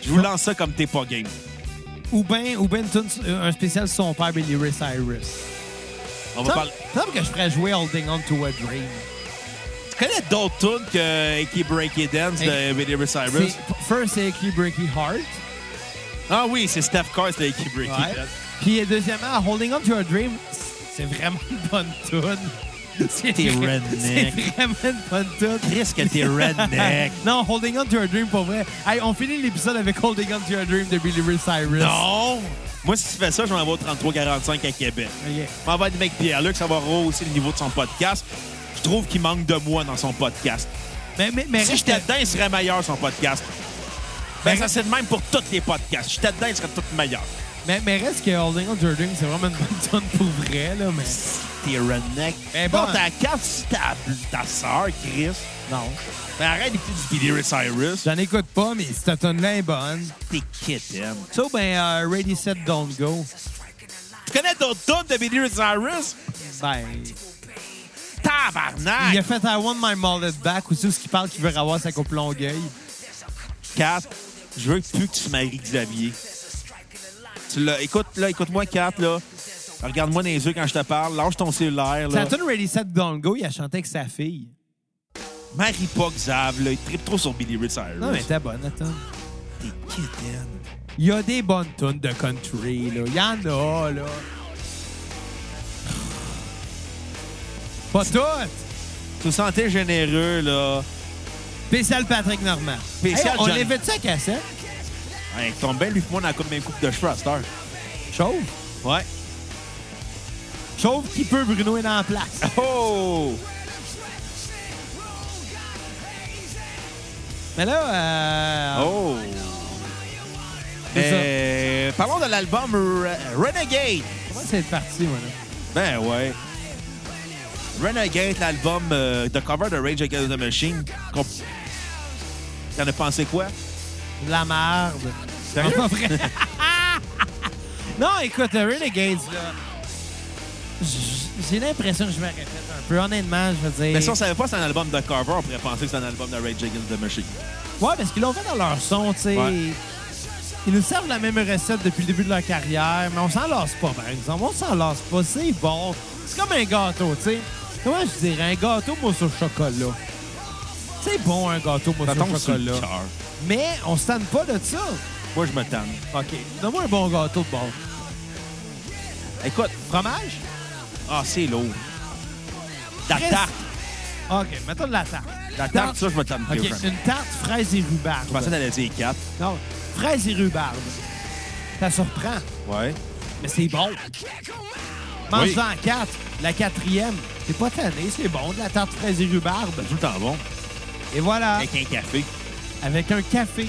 Speaker 1: Je vous lance ça comme t'es pas game.
Speaker 2: Ou bien ou ben une tune- euh, un spécial sur son père Billy Ray Cyrus.
Speaker 1: On va
Speaker 2: Semble
Speaker 1: parler... Ah,
Speaker 2: semble que je ferais jouer Holding On to a Dream.
Speaker 1: Tu connais d'autres tunes que euh, Aki Breaky Dance de
Speaker 2: Hey.
Speaker 1: Billy Ray Cyrus?
Speaker 2: C'est- First, c'est Achy Breaky Heart.
Speaker 1: Ah oui, c'est Steph Cars de Aki Breaky
Speaker 2: Ouais.
Speaker 1: Dance.
Speaker 2: Puis euh, deuxièmement, Holding On to a Dream, c'est vraiment une bonne
Speaker 1: (laughs)
Speaker 2: tune. C'est
Speaker 1: T'es
Speaker 2: vrai-
Speaker 1: redneck.
Speaker 2: C'est vraiment une bonne tune. Ah,
Speaker 1: Chris, que t'es
Speaker 2: (laughs)
Speaker 1: redneck.
Speaker 2: non, Holding On to a Dream, pour vrai. Hey, on finit l'épisode avec Holding On to a Dream de Billy Ray Cyrus.
Speaker 1: non! Moi, si tu fais ça, je m'en vais au 3345 à Québec.
Speaker 2: Ok.
Speaker 1: Je m'en vais avec Pierre-Luc, ça va rehausser le niveau de son podcast. Je trouve qu'il manque de moi dans son podcast.
Speaker 2: Mais, mais, mais
Speaker 1: si
Speaker 2: reste-
Speaker 1: j'étais dedans, il serait meilleur son podcast. Ben,
Speaker 2: Mais-
Speaker 1: ça, c'est le même pour tous les podcasts. Si j'étais dedans, il serait tout meilleur.
Speaker 2: mais, mais reste que Holding On to a Dream, c'est vraiment une bonne tune pour vrai, là, mais...
Speaker 1: T'es redneck.
Speaker 2: Mais
Speaker 1: bon,
Speaker 2: bon.
Speaker 1: ta carte, si ta, ta soeur, Chris.
Speaker 2: Non.
Speaker 1: Ben, arrête d'écouter du Billy Ray Cyrus.
Speaker 2: J'en écoute pas, mais cette tune-là est bonne.
Speaker 1: T'es kitten.
Speaker 2: So, ben, euh, Ready, Set, Don't Go.
Speaker 1: Tu connais d'autres tunes de Billy Ray Cyrus?
Speaker 2: Ben,
Speaker 1: Tabarnak!
Speaker 2: il a fait I Want My Mullet Back aussi, où ce qui parle qu'il veut revoir sa coupe longueuil.
Speaker 1: Kat, je veux plus que tu maries Xavier. Tu l'as- Écoute, là, écoute-moi, Kat, là. Regarde-moi dans les yeux quand je te parle. Lâche ton cellulaire, là.
Speaker 2: Sa tune Ready, Set, Don't Go, il a chanté avec sa fille.
Speaker 1: Marie pas Xav, là. Il tripe trop sur Billy Ray Cyrus.
Speaker 2: Non, mais t'es bonne, attends.
Speaker 1: t'es kitten.
Speaker 2: Il y a des bonnes tunes de country, là. Il y en a, là. Pas toutes!
Speaker 1: Tu te sentais généreux, là.
Speaker 2: Spécial Patrick Normand.
Speaker 1: Spécial
Speaker 2: Hey, on
Speaker 1: Johnny.
Speaker 2: les fait ça à cassette?
Speaker 1: Hey, il tombe bien, lui, puis moi, dans la coupe- même coupe de cheveux à cette heure.
Speaker 2: Chauve.
Speaker 1: Ouais.
Speaker 2: Chauve qui peut, Bruno est dans la place.
Speaker 1: Oh!
Speaker 2: (laughs) Mais là, euh,
Speaker 1: Oh!
Speaker 2: C'est ça.
Speaker 1: Euh, parlons de l'album Re- Renegade.
Speaker 2: comment c'est parti, moi, là?
Speaker 1: Ben ouais. Renegade, l'album euh, de cover de Rage Against the Machine. qu'on- T'en as pensé quoi?
Speaker 2: De la merde.
Speaker 1: Sérieux?
Speaker 2: Pas vrai.
Speaker 1: (laughs)
Speaker 2: non, écoute, le Renegades, là, j- j'ai l'impression que je me répète un peu. Honnêtement, je veux dire...
Speaker 1: Mais si on savait pas que c'est un album de cover, on pourrait penser que c'est un album de Rage Against the Machine.
Speaker 2: Ouais, parce qu'ils l'ont fait dans leur son, tu sais.
Speaker 1: Ouais.
Speaker 2: Ils nous servent la même recette depuis le début de leur carrière, mais on s'en lasse pas, par exemple. On s'en lasse pas, c'est bon. C'est comme un gâteau, tu sais. Comment je dirais? Un gâteau mousse au chocolat. C'est bon, un gâteau mousse
Speaker 1: Ça tombe
Speaker 2: au
Speaker 1: sur le
Speaker 2: chocolat.
Speaker 1: cœur.
Speaker 2: Mais on se tanne pas de ça.
Speaker 1: Moi, je me tanne.
Speaker 2: OK. Donne-moi un bon gâteau de bon.
Speaker 1: Écoute,
Speaker 2: Fromage?
Speaker 1: ah, c'est lourd. La
Speaker 2: Chris.
Speaker 1: tarte.
Speaker 2: OK, mettons de la tarte.
Speaker 1: La tarte, ça, je me tanne.
Speaker 2: OK,
Speaker 1: plus, vraiment.
Speaker 2: une tarte fraise et rhubarbe.
Speaker 1: Je pensais d'aller dire 4.
Speaker 2: Non, fraise et rhubarbe. Ça surprend,
Speaker 1: Ouais.
Speaker 2: mais c'est bon. Mange-en
Speaker 1: Oui.
Speaker 2: quatre. La quatrième, c'est pas tanné, c'est bon, de la tarte fraise et rhubarbe.
Speaker 1: Tout le temps bon.
Speaker 2: Et voilà,
Speaker 1: Avec un café.
Speaker 2: avec un café.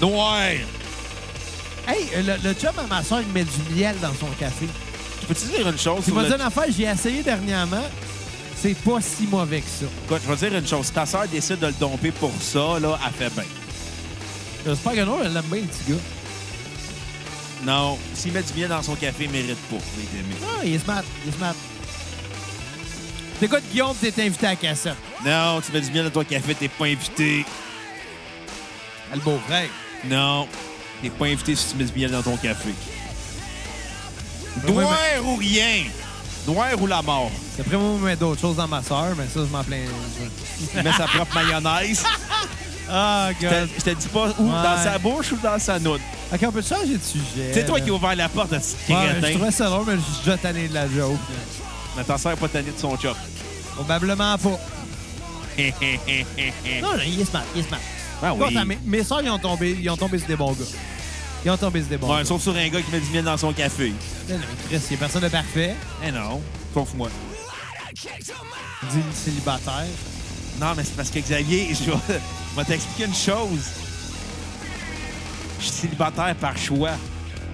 Speaker 1: Noir!
Speaker 2: Hey, euh, le, le chum à ma soeur, il met du miel dans son café.
Speaker 1: Je peux te dire une chose?
Speaker 2: Tu
Speaker 1: Sur
Speaker 2: vas
Speaker 1: le-
Speaker 2: dire une affaire, j'ai essayé dernièrement. C'est pas si mauvais que ça.
Speaker 1: Écoute, je vais te dire une chose. Si ta soeur décide de le domper pour ça, là, elle fait bien.
Speaker 2: J'espère que non, elle l'aime bien, le petit gars.
Speaker 1: Non. S'il met du bien dans son café, il mérite pas. les aimé.
Speaker 2: Non, Ah, il est smart, il est smart. T'écoutes, Guillaume, t'es invité à la cassette.
Speaker 1: Non, tu mets du bien dans ton café, t'es pas invité.
Speaker 2: Ah, Le beau frère.
Speaker 1: Non. T'es pas invité si tu mets du bien dans ton café.
Speaker 2: Oui,
Speaker 1: Noir ou rien? Noir ou la mort?
Speaker 2: D'après moi, on met d'autres choses dans ma soeur, mais ça, je m'en plains.
Speaker 1: Il met sa propre
Speaker 2: (laughs)
Speaker 1: mayonnaise.
Speaker 2: Ah,
Speaker 1: Je te- je te dis pas où,
Speaker 2: Ouais.
Speaker 1: dans sa bouche ou dans sa noune.
Speaker 2: OK, on peut changer de sujet.
Speaker 1: C'est toi
Speaker 2: là.
Speaker 1: qui as ouvert la porte à ce petit
Speaker 2: Euh. Ouais,
Speaker 1: crétin.
Speaker 2: je trouvais ça drôle, mais je suis déjà tanné de la joke. là.
Speaker 1: Mais t'en sers pas tanné de son (laughs) chop.
Speaker 2: Probablement pas. Non, non, il est smart, il est smart.
Speaker 1: Ah oui.
Speaker 2: Attends, mes, mes soeurs, ils ont, tombé, ils ont tombé sur des bons gars. Ils ont tombé sur des bons
Speaker 1: Ouais,
Speaker 2: gars.
Speaker 1: sauf sur un gars qui met du miel dans son café.
Speaker 2: Non, non, mais Chris, il n'y a personne de parfait.
Speaker 1: Eh non. Sauf moi.
Speaker 2: Dit le célibataire.
Speaker 1: Non, mais c'est parce que Xavier, je vais, je vais t'expliquer une chose. Je suis célibataire par choix.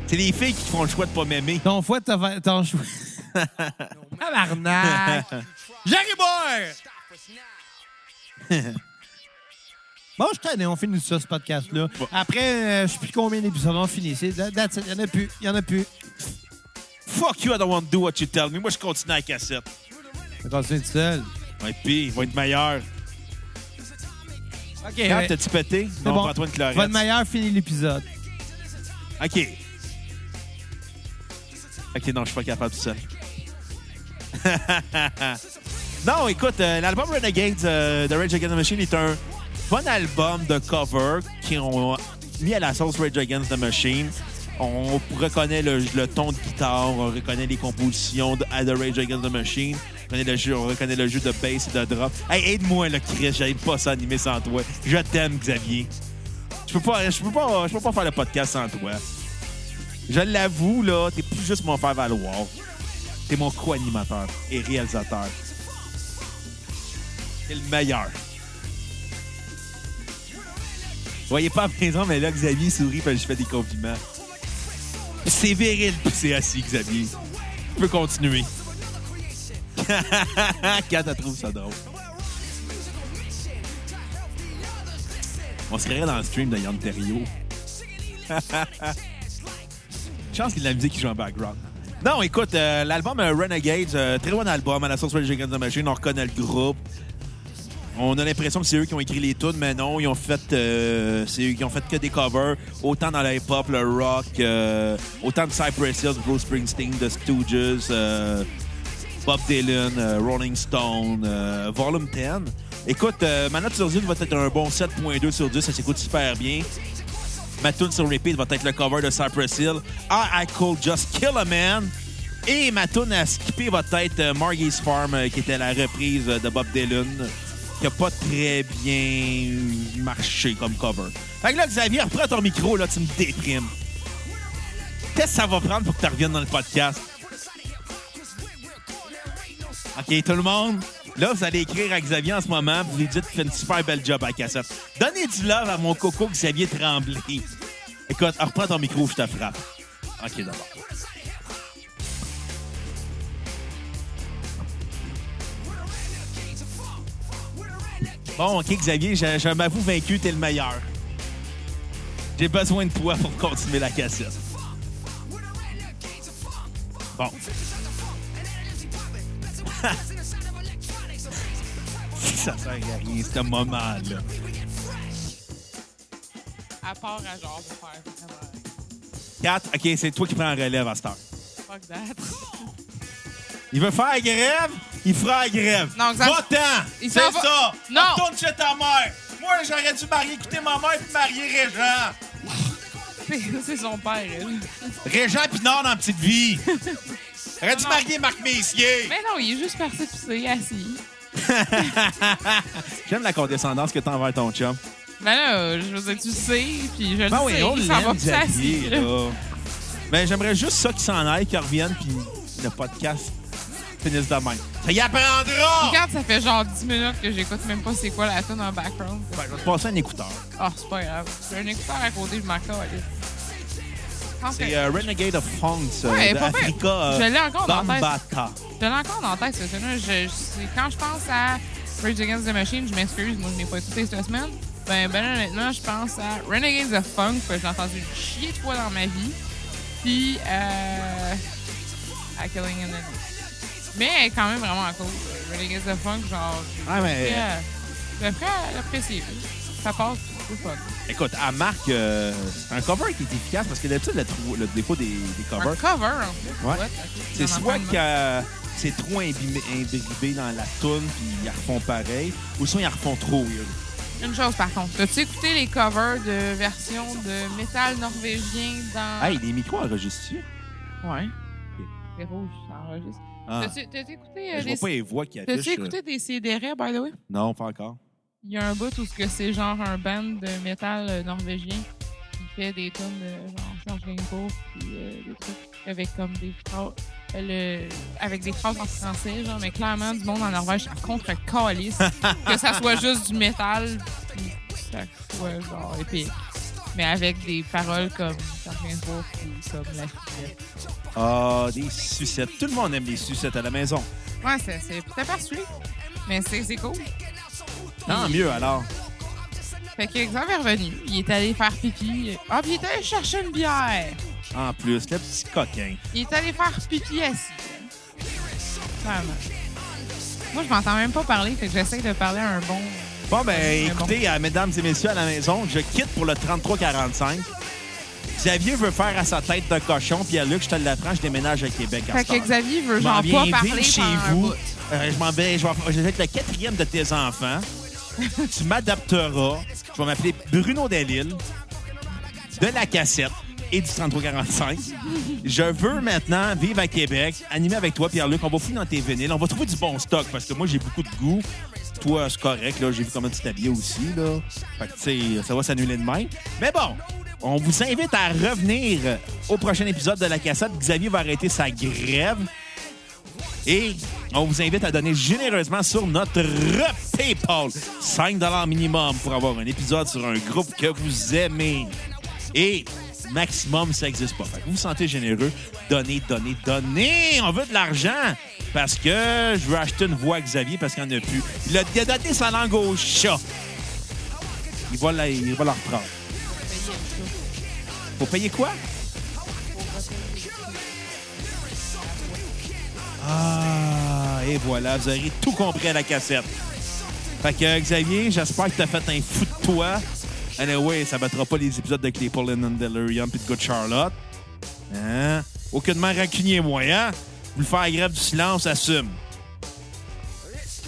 Speaker 1: C'est les filles qui font le choix de pas m'aimer.
Speaker 2: Ton fouet, t'as fait... Ton chou... (laughs) Tabarnak! Jerry Boy! (laughs) Bon, je t'en ai, on finit ça, ce podcast-là.
Speaker 1: Bon.
Speaker 2: Après, euh, je sais plus combien d'épisodes on finit. C'est- that- That's it. Il y en a plus. Il y en a plus.
Speaker 1: Fuck you, I don't want to do what you tell me. Moi, je continue à la cassette.
Speaker 2: On continue tout seul.
Speaker 1: Ouais, puis, il va être meilleur.
Speaker 2: OK.
Speaker 1: Quand t'as-tu pété?
Speaker 2: Eh C'est
Speaker 1: Non,
Speaker 2: bon.
Speaker 1: pour Antoine Claret.
Speaker 2: Votre meilleur finit l'épisode.
Speaker 1: OK. OK, non, je suis pas capable tout seul. (laughs) non, écoute, euh, l'album Renegades euh, de Rage Against the Machine est un bon album de cover qui ont mis à la sauce Rage Against the Machine. On reconnaît le, le ton de guitare, on reconnaît les compositions de, de Rage Against the Machine, on reconnaît le jeu, on reconnaît le jeu de bass et de drop. Hey, aide-moi, le Chris, j'arrive pas à s'animer sans toi. Je t'aime, Xavier. Je peux pas, je peux pas, je peux pas faire le podcast sans toi. Je l'avoue, là, t'es plus juste mon faire valoir. T'es mon co-animateur et réalisateur. T'es le meilleur. Vous voyez pas à la maison, mais là, Xavier sourit parce que je fais des compliments. Puis c'est viril, puis c'est assis, Xavier. Tu peux continuer. (laughs) Quand elle trouve ça drôle. On se créerait dans le stream de Yann Terrio. Chance qu'il y a de la musique qui joue en background. Non, écoute, euh, l'album euh, Renegades, euh, très bon album à la source Rage Against the Machine. On reconnaît le groupe. On a l'impression que c'est eux qui ont écrit les tunes, mais non, ils ont fait, euh, c'est eux qui ont fait que des covers, autant dans le hip-hop, le rock, euh, autant de Cypress Hill, Bruce Springsteen, The Stooges, euh, Bob Dylan, euh, Rolling Stone, euh, Volume 10. Écoute, euh, ma note sur 10 va être un bon 7.2 sur 10, ça s'écoute super bien. Ma tune sur repeat va être le cover de Cypress Hill, Ah, I, I Could Just Kill a Man. Et ma tune à skipper va être euh, Margie's Farm, euh, qui était la reprise euh, de Bob Dylan, qui a pas très bien marché comme cover. Fait que là, Xavier, reprends ton micro, là, tu me déprimes. Qu'est-ce que ça va prendre pour que tu reviennes dans le podcast? OK, tout le monde, là, vous allez écrire à Xavier en ce moment. Vous lui dites qu'il fait une super belle job à la cassette. Donnez du love à mon coco Xavier Tremblay. Écoute, reprends ton micro, je te frappe. OK, d'abord. Bon, OK, Xavier, je, je m'avoue vaincu, t'es le meilleur. J'ai besoin de toi pour continuer la cassette. Bon. Ça sert à rien, ce moment-là.
Speaker 3: À part à genre pour faire vraiment
Speaker 1: 4, OK, c'est toi qui prends la relève à cette heure.
Speaker 3: fuck that. (laughs)
Speaker 1: Il veut faire grève, il fera la grève.
Speaker 3: Non, Xav-
Speaker 1: Va-t'en!
Speaker 3: Il
Speaker 1: C'est
Speaker 3: s'en va-
Speaker 1: ça!
Speaker 3: Non!
Speaker 1: Retourne chez ta mère! Moi, j'aurais dû marier, quitter ma mère puis marier Régent!
Speaker 3: C'est- C'est son père, elle.
Speaker 1: Régent Pinard dans Petite
Speaker 3: (laughs)
Speaker 1: Vie! J'aurais dû
Speaker 3: Non.
Speaker 1: marier Marc Messier!
Speaker 3: Mais non, il est juste parti pisser assis.
Speaker 1: J'aime la condescendance que t'as envers ton chum.
Speaker 3: Ben là, je veux dire, tu sais, puis je le
Speaker 1: Ben oui,
Speaker 3: sais,
Speaker 1: on
Speaker 3: il s'en va
Speaker 1: l'aime,
Speaker 3: pisser
Speaker 1: Xavier,
Speaker 3: assis. là.
Speaker 1: là. Mais j'aimerais juste ça qu'il s'en aille, qu'il revienne, puis le podcast finisse de même. Ça y apprendra!
Speaker 3: Regarde, ça fait genre 10 minutes que j'écoute même pas c'est quoi la tune en background.
Speaker 1: Ben, je vais te passer un écouteur.
Speaker 3: Ah, c'est pas grave. J'ai un écouteur à côté, je m'en calisse. Tant que-
Speaker 1: C'est euh, Renegade of Funk, ça,
Speaker 3: Ouais,
Speaker 1: de
Speaker 3: pas pire.
Speaker 1: Africa, euh,
Speaker 3: Je l'ai encore dans la tête.
Speaker 1: Bambata.
Speaker 3: Je l'ai encore dans la tête, ce là je, je- c'est- Quand je pense à Rage Against the Machine, je m'excuse, moi, je n'ai pas écouté cette semaine. Ben, ben honnêtement, je pense à Renegades of Funk, que j'ai entendu chier de fois dans ma vie. Puis, euh, à Killing in the Name. Mais elle est quand même vraiment cool. euh, Renegades of Funk, genre,
Speaker 1: Ah, mais
Speaker 3: yeah. je prêt à l'apprécier. Ça passe, c'est fun.
Speaker 1: écoute, à Marc, euh, c'est un cover qui est efficace parce que d'habitude, le, trou- le défaut des, des
Speaker 3: Un
Speaker 1: covers,
Speaker 3: cover, en fait.
Speaker 1: Ouais.
Speaker 3: What? Ok,
Speaker 1: c'est
Speaker 3: j'en
Speaker 1: soit
Speaker 3: entends de-
Speaker 1: que euh, c'est trop imbibé, imbibé dans la toune puis ils la refont pareil, ou soit ils la refont trop weird.
Speaker 3: Une chose, par contre. As-tu écouté les covers de versions de métal norvégien dans...
Speaker 1: Hey, les micros enregistrés.
Speaker 3: Ouais. C'est rouge, ça enregistre.
Speaker 1: Ah,
Speaker 3: T'as-tu t'as-tu écouté, euh,
Speaker 1: je vois
Speaker 3: des...
Speaker 1: pas les voix qui affichent.
Speaker 3: t'as-tu
Speaker 1: euh.
Speaker 3: écouté des CDR, by the way?
Speaker 1: Non, pas encore.
Speaker 3: Il y a un bout où ce que c'est genre un band de métal euh, norvégien qui fait des tonnes de genre Serge Gainsbourg puis euh, des trucs avec comme des phrases euh, le- avec des phrases en français genre mais clairement du monde en Norvège à contre calice que ça soit juste du métal puis que ça soit genre épique mais avec des paroles comme Serge Gainsbourg puis comme la fillette.
Speaker 1: Ah, des sucettes. Tout le monde aime les sucettes à la maison.
Speaker 3: Ouais, c'est c'est peut-être pas celui, mais c'est c'est cool. Ah.
Speaker 1: Tant mieux, alors.
Speaker 3: Fait que Xav est revenu. Il est allé faire pipi. Ah, puis il est allé chercher une bière.
Speaker 1: En plus, le petit coquin.
Speaker 3: Il est allé faire pipi assis. Vraiment. Moi, je m'entends même pas parler, fait que j'essaie de parler à un bon.
Speaker 1: Bon, ben,
Speaker 3: Mais Ah, bon.
Speaker 1: écoutez, euh, mesdames et messieurs à la maison, je quitte pour le 33-45. Xavier veut faire à sa tête de cochon, puis à Luc, je te l'apprends, je déménage à Québec. à
Speaker 3: Fait
Speaker 1: cette
Speaker 3: que
Speaker 1: heure.
Speaker 3: Xavier veut
Speaker 1: Je m'en
Speaker 3: genre
Speaker 1: viens
Speaker 3: pas
Speaker 1: vivre
Speaker 3: parler
Speaker 1: chez
Speaker 3: pendant un
Speaker 1: vous.
Speaker 3: bout.
Speaker 1: Euh, je m'en vais, je vais, je vais être le quatrième de tes enfants. tu m'adapteras. Je vais m'appeler Bruno Delille, de la cassette et du 3345. Je veux maintenant vivre à Québec, animer avec toi, Pierre-Luc. On va fouiller dans tes vinyles. On va trouver du bon stock parce que moi, j'ai beaucoup de goût. Toi, c'est correct. là. J'ai vu comment tu t'habillais aussi. Là. Fait que, tu sais, ça va s'annuler demain. Mais bon, on vous invite à revenir au prochain épisode de La Cassette. Xavier va arrêter sa grève. Et on vous invite à donner généreusement sur notre PayPal. 5 minimum pour avoir un épisode sur un groupe que vous aimez. Et maximum, ça n'existe pas. Fait que vous vous sentez généreux, donnez, donnez, donnez. On veut de l'argent parce que je veux acheter une voix à Xavier parce qu'il n'y en a plus. Il a, il a donné sa langue au chat. Il va la, il va la reprendre. Pour payer quoi? Ah, et voilà, vous aurez tout compris à la cassette. Fait que euh, Xavier, j'espère que t'as fait un fou de toi. Anyway, ça battra pas les épisodes de Claypool and Delirium pis de Good Charlotte. Hein? Aucunement rancunier, moi, hein? Vous le faire grève du silence, assume.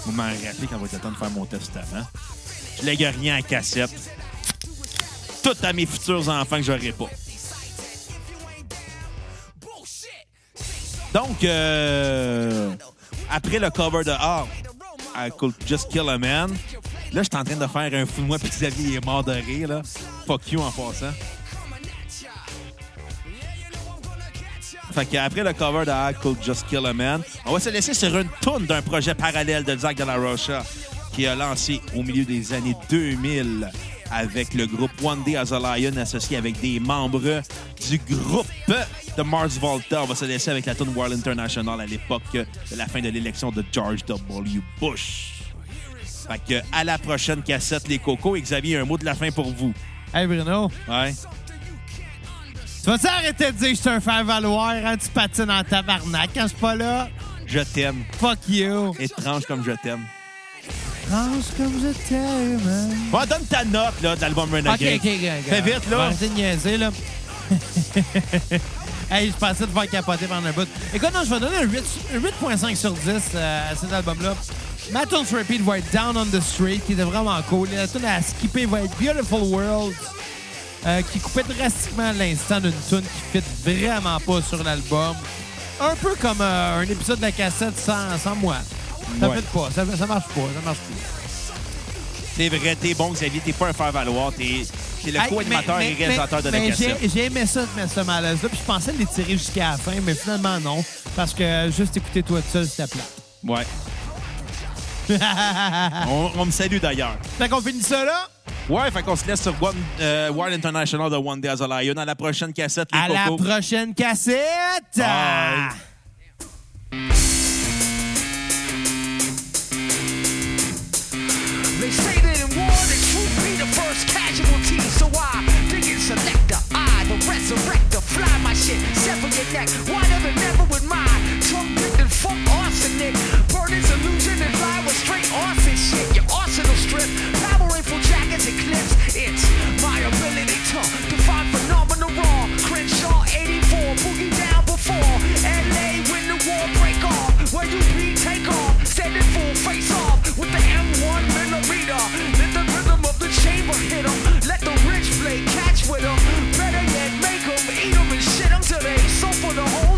Speaker 1: Vous m'en rappelez quand vous êtes temps de faire mon testament. Je lègue rien à cassette. Tout à mes futurs enfants que j'aurai pas. Donc, euh, après le cover de Hard, I Could Just Kill a Man, là, je suis en train de faire un fou de moi, puis Xavier est mort de rire, là. Fuck you en passant. Fait qu'après le cover de I Could Just Kill a Man, on va se laisser sur une tourne d'un projet parallèle de Zach de la Rocha qui a lancé au milieu des années 2000 avec le groupe One Day as a Lion associé avec des membres du groupe de Mars Volta. On va se laisser avec la tourne World International à l'époque de la fin de l'élection de George W. Bush. Fait que à la prochaine cassette, les cocos. Et Xavier, un mot de la fin pour vous.
Speaker 2: Hey Bruno,
Speaker 1: Ouais.
Speaker 2: tu vas-tu arrêter de dire que je suis un faire-valoir, hein? Tu patines en tabarnak quand je suis pas là?
Speaker 1: Je t'aime.
Speaker 2: Fuck you!
Speaker 1: Étrange comme je t'aime.
Speaker 2: Étrange comme je t'aime, hein?
Speaker 1: Bon, donne ta note là, de l'album
Speaker 2: Ok,
Speaker 1: Renegade.
Speaker 2: ok, ok. ok.
Speaker 1: Fais vite, là.
Speaker 2: On va arrêter de niaiser, là. (laughs) hey, je pensais te faire capoter pendant un bout. Écoute, non, je vais donner un 8 un 8.5 sur 10 euh, à cet album-là. Ma tune sur repeat va être Down on the Street, qui était vraiment cool. La tune à skipper va être Beautiful World, euh, qui coupait drastiquement l'instant d'une tune qui fit vraiment pas sur l'album. Un peu comme euh, un épisode de la cassette sans, sans moi. Ça
Speaker 1: Ouais.
Speaker 2: fit pas, ça, ça marche pas, ça marche pas.
Speaker 1: C'est vrai, t'es bon, Xavier, t'es pas un faire-valoir, t'es t'es le
Speaker 2: Hey,
Speaker 1: co-animateur
Speaker 2: mais-
Speaker 1: et
Speaker 2: mais-
Speaker 1: réalisateur de la
Speaker 2: mais
Speaker 1: cassette.
Speaker 2: j'ai- J'ai aimé ça, mais ce malaise-là. Puis je pensais les tirer jusqu'à la fin, mais finalement, non. Parce que euh, juste écouter toi tout seul, c'était plat. (laughs)
Speaker 1: Ouais. On, on me salue d'ailleurs.
Speaker 2: fait qu'on finit ça là.
Speaker 1: Ouais, fait qu'on se laisse sur One, euh, Wild International de One Day as a Lion. À la prochaine cassette, les
Speaker 2: À la
Speaker 1: cocos.
Speaker 2: prochaine cassette!
Speaker 1: Bye.
Speaker 4: They say that in war the truth be the first casualty. So I dig and select the I, the resurrector, fly my shit, sever your neck. Wider than never with my trumpet and funk arsenic. Burdens, illusion, and lie with straight arson shit. Your arsenal strip, power info jackets, eclipse. It's my ability to define phenomenal raw. Crenshaw 84, boogie down before. LA when the war break off. Where you be, take off. Standing full face off with the M1 millimeter. Let the rhythm of the chamber hit 'em. Let the rich play catch with 'em. Better yet, make 'em eat 'em and shit 'em till they so for the whole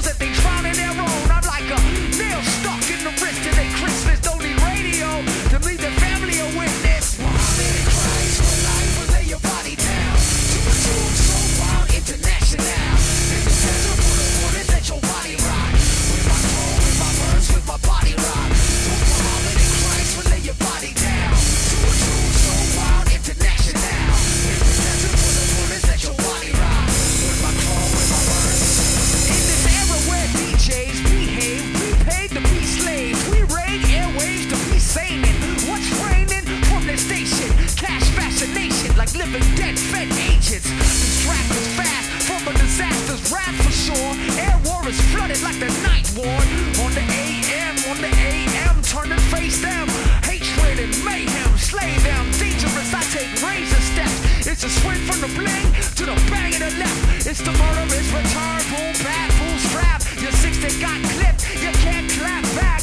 Speaker 4: serving dead fed agents. Distract us fast from a disaster's wrath for sure. Air war is flooded like the night war. On the AM, on the AM, turn and face them. Hatred and mayhem, slay them. Dangerous, I take razor steps. It's a swing from the bling to the bang of the left. It's the murderous return, boom, bad, boom, strap. Your six they got clipped, you can't clap back.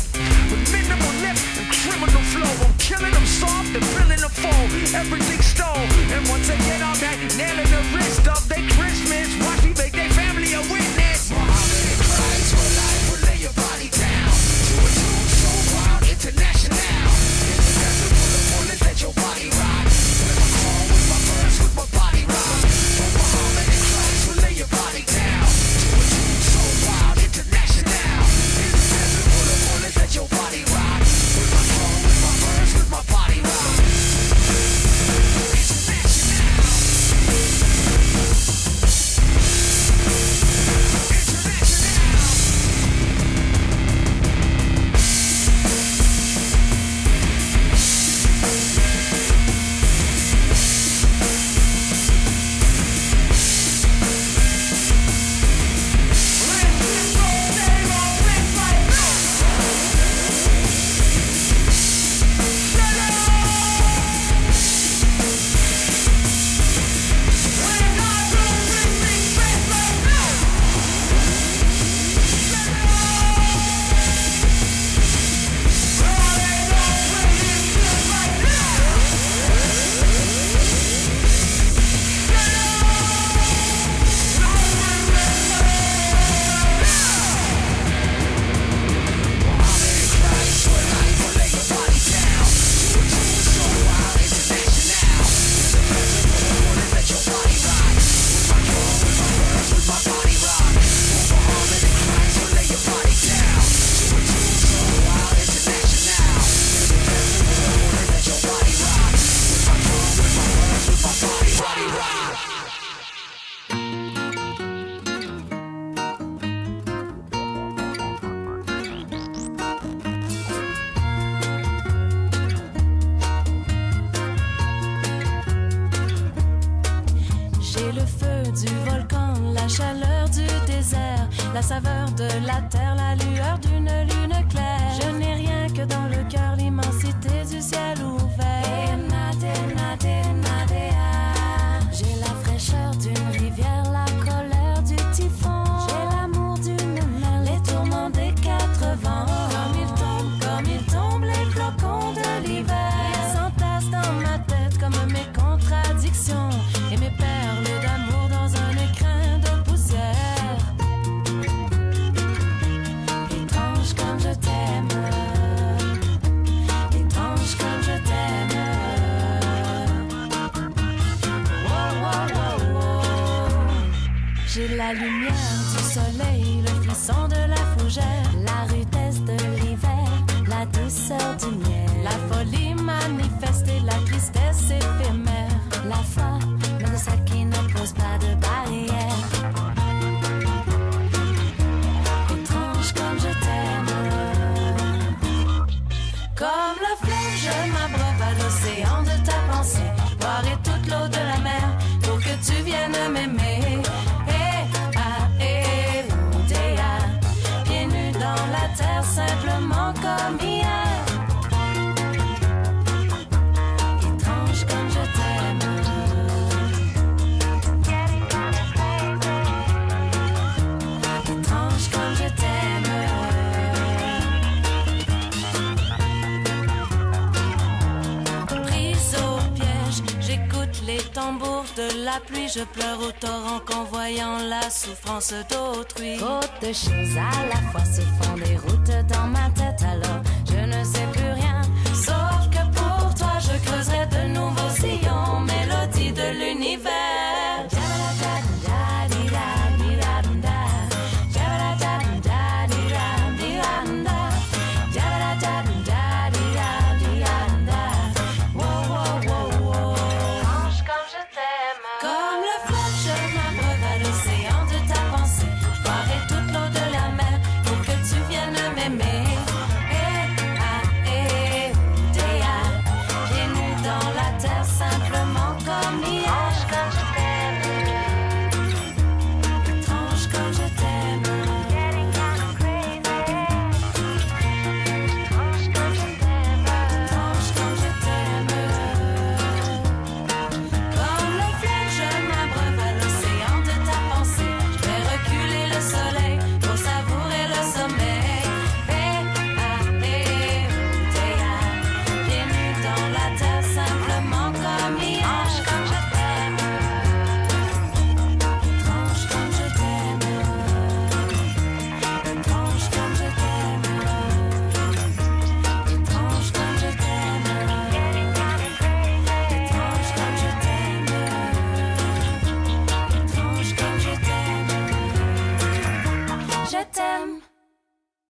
Speaker 4: With minimal lip and criminal flow, I'm killing them soft and billing them full. Everything stole, and once I get on that, nailing the wrist up, they Christmas. Watch me make their family a witness. Mohammed Christ for life will lay your body down to a tune so wild, international. In the desert full of bullets, let your body rock. With my car, with my birds, with my body rock. For Muhammad and Christ will lay your body down to a tune so wild, international. In the desert full of bullets, let your body rock. With my car, with my birds, with my body rock. International. International.
Speaker 5: J'ai le feu du volcan, la chaleur du désert, la saveur de la terre, la lueur d'une lune claire. Je n'ai rien que dans le cœur, l'immensité du ciel ouvert. J'ai la fraîcheur d'une rivière, la colère du typhon. J'ai l'amour d'une mer, les tourments des quatre vents. Comme ils tombent, comme ils tombent, les flocons de l'hiver. Ils s'entassent dans ma tête comme mes contradictions et mes perles d'amour dans un écrin de poussière. Étrange comme je t'aime, étrange comme je t'aime. Wow, wow, wow, wow. J'ai la lumière du soleil, le frisson de la fougère, la rudesse de l'hiver, la douceur du miel, la folie manifeste et la tristesse éphémère, la foi, le sac qui ne pose pas de barrière. Étrange comme je t'aime. Comme la fleuve, je m'abreuve à l'océan de ta pensée. Boirai toute l'eau de la mer pour que tu viennes m'aimer. Eh, ah, eh, oh, déa. Pieds nus dans la terre, simplement comme hier. Étrange comme je t'aime. Étrange comme je t'aime. prise au piège. J'écoute les tambours de la pluie, je pleure au torrent qu'en voyant la souffrance d'autrui. Trop de choses à la fois se font des routes dans ma tête, alors je ne sais plus rien. Sauf que pour toi, je creuserai Eh, ah,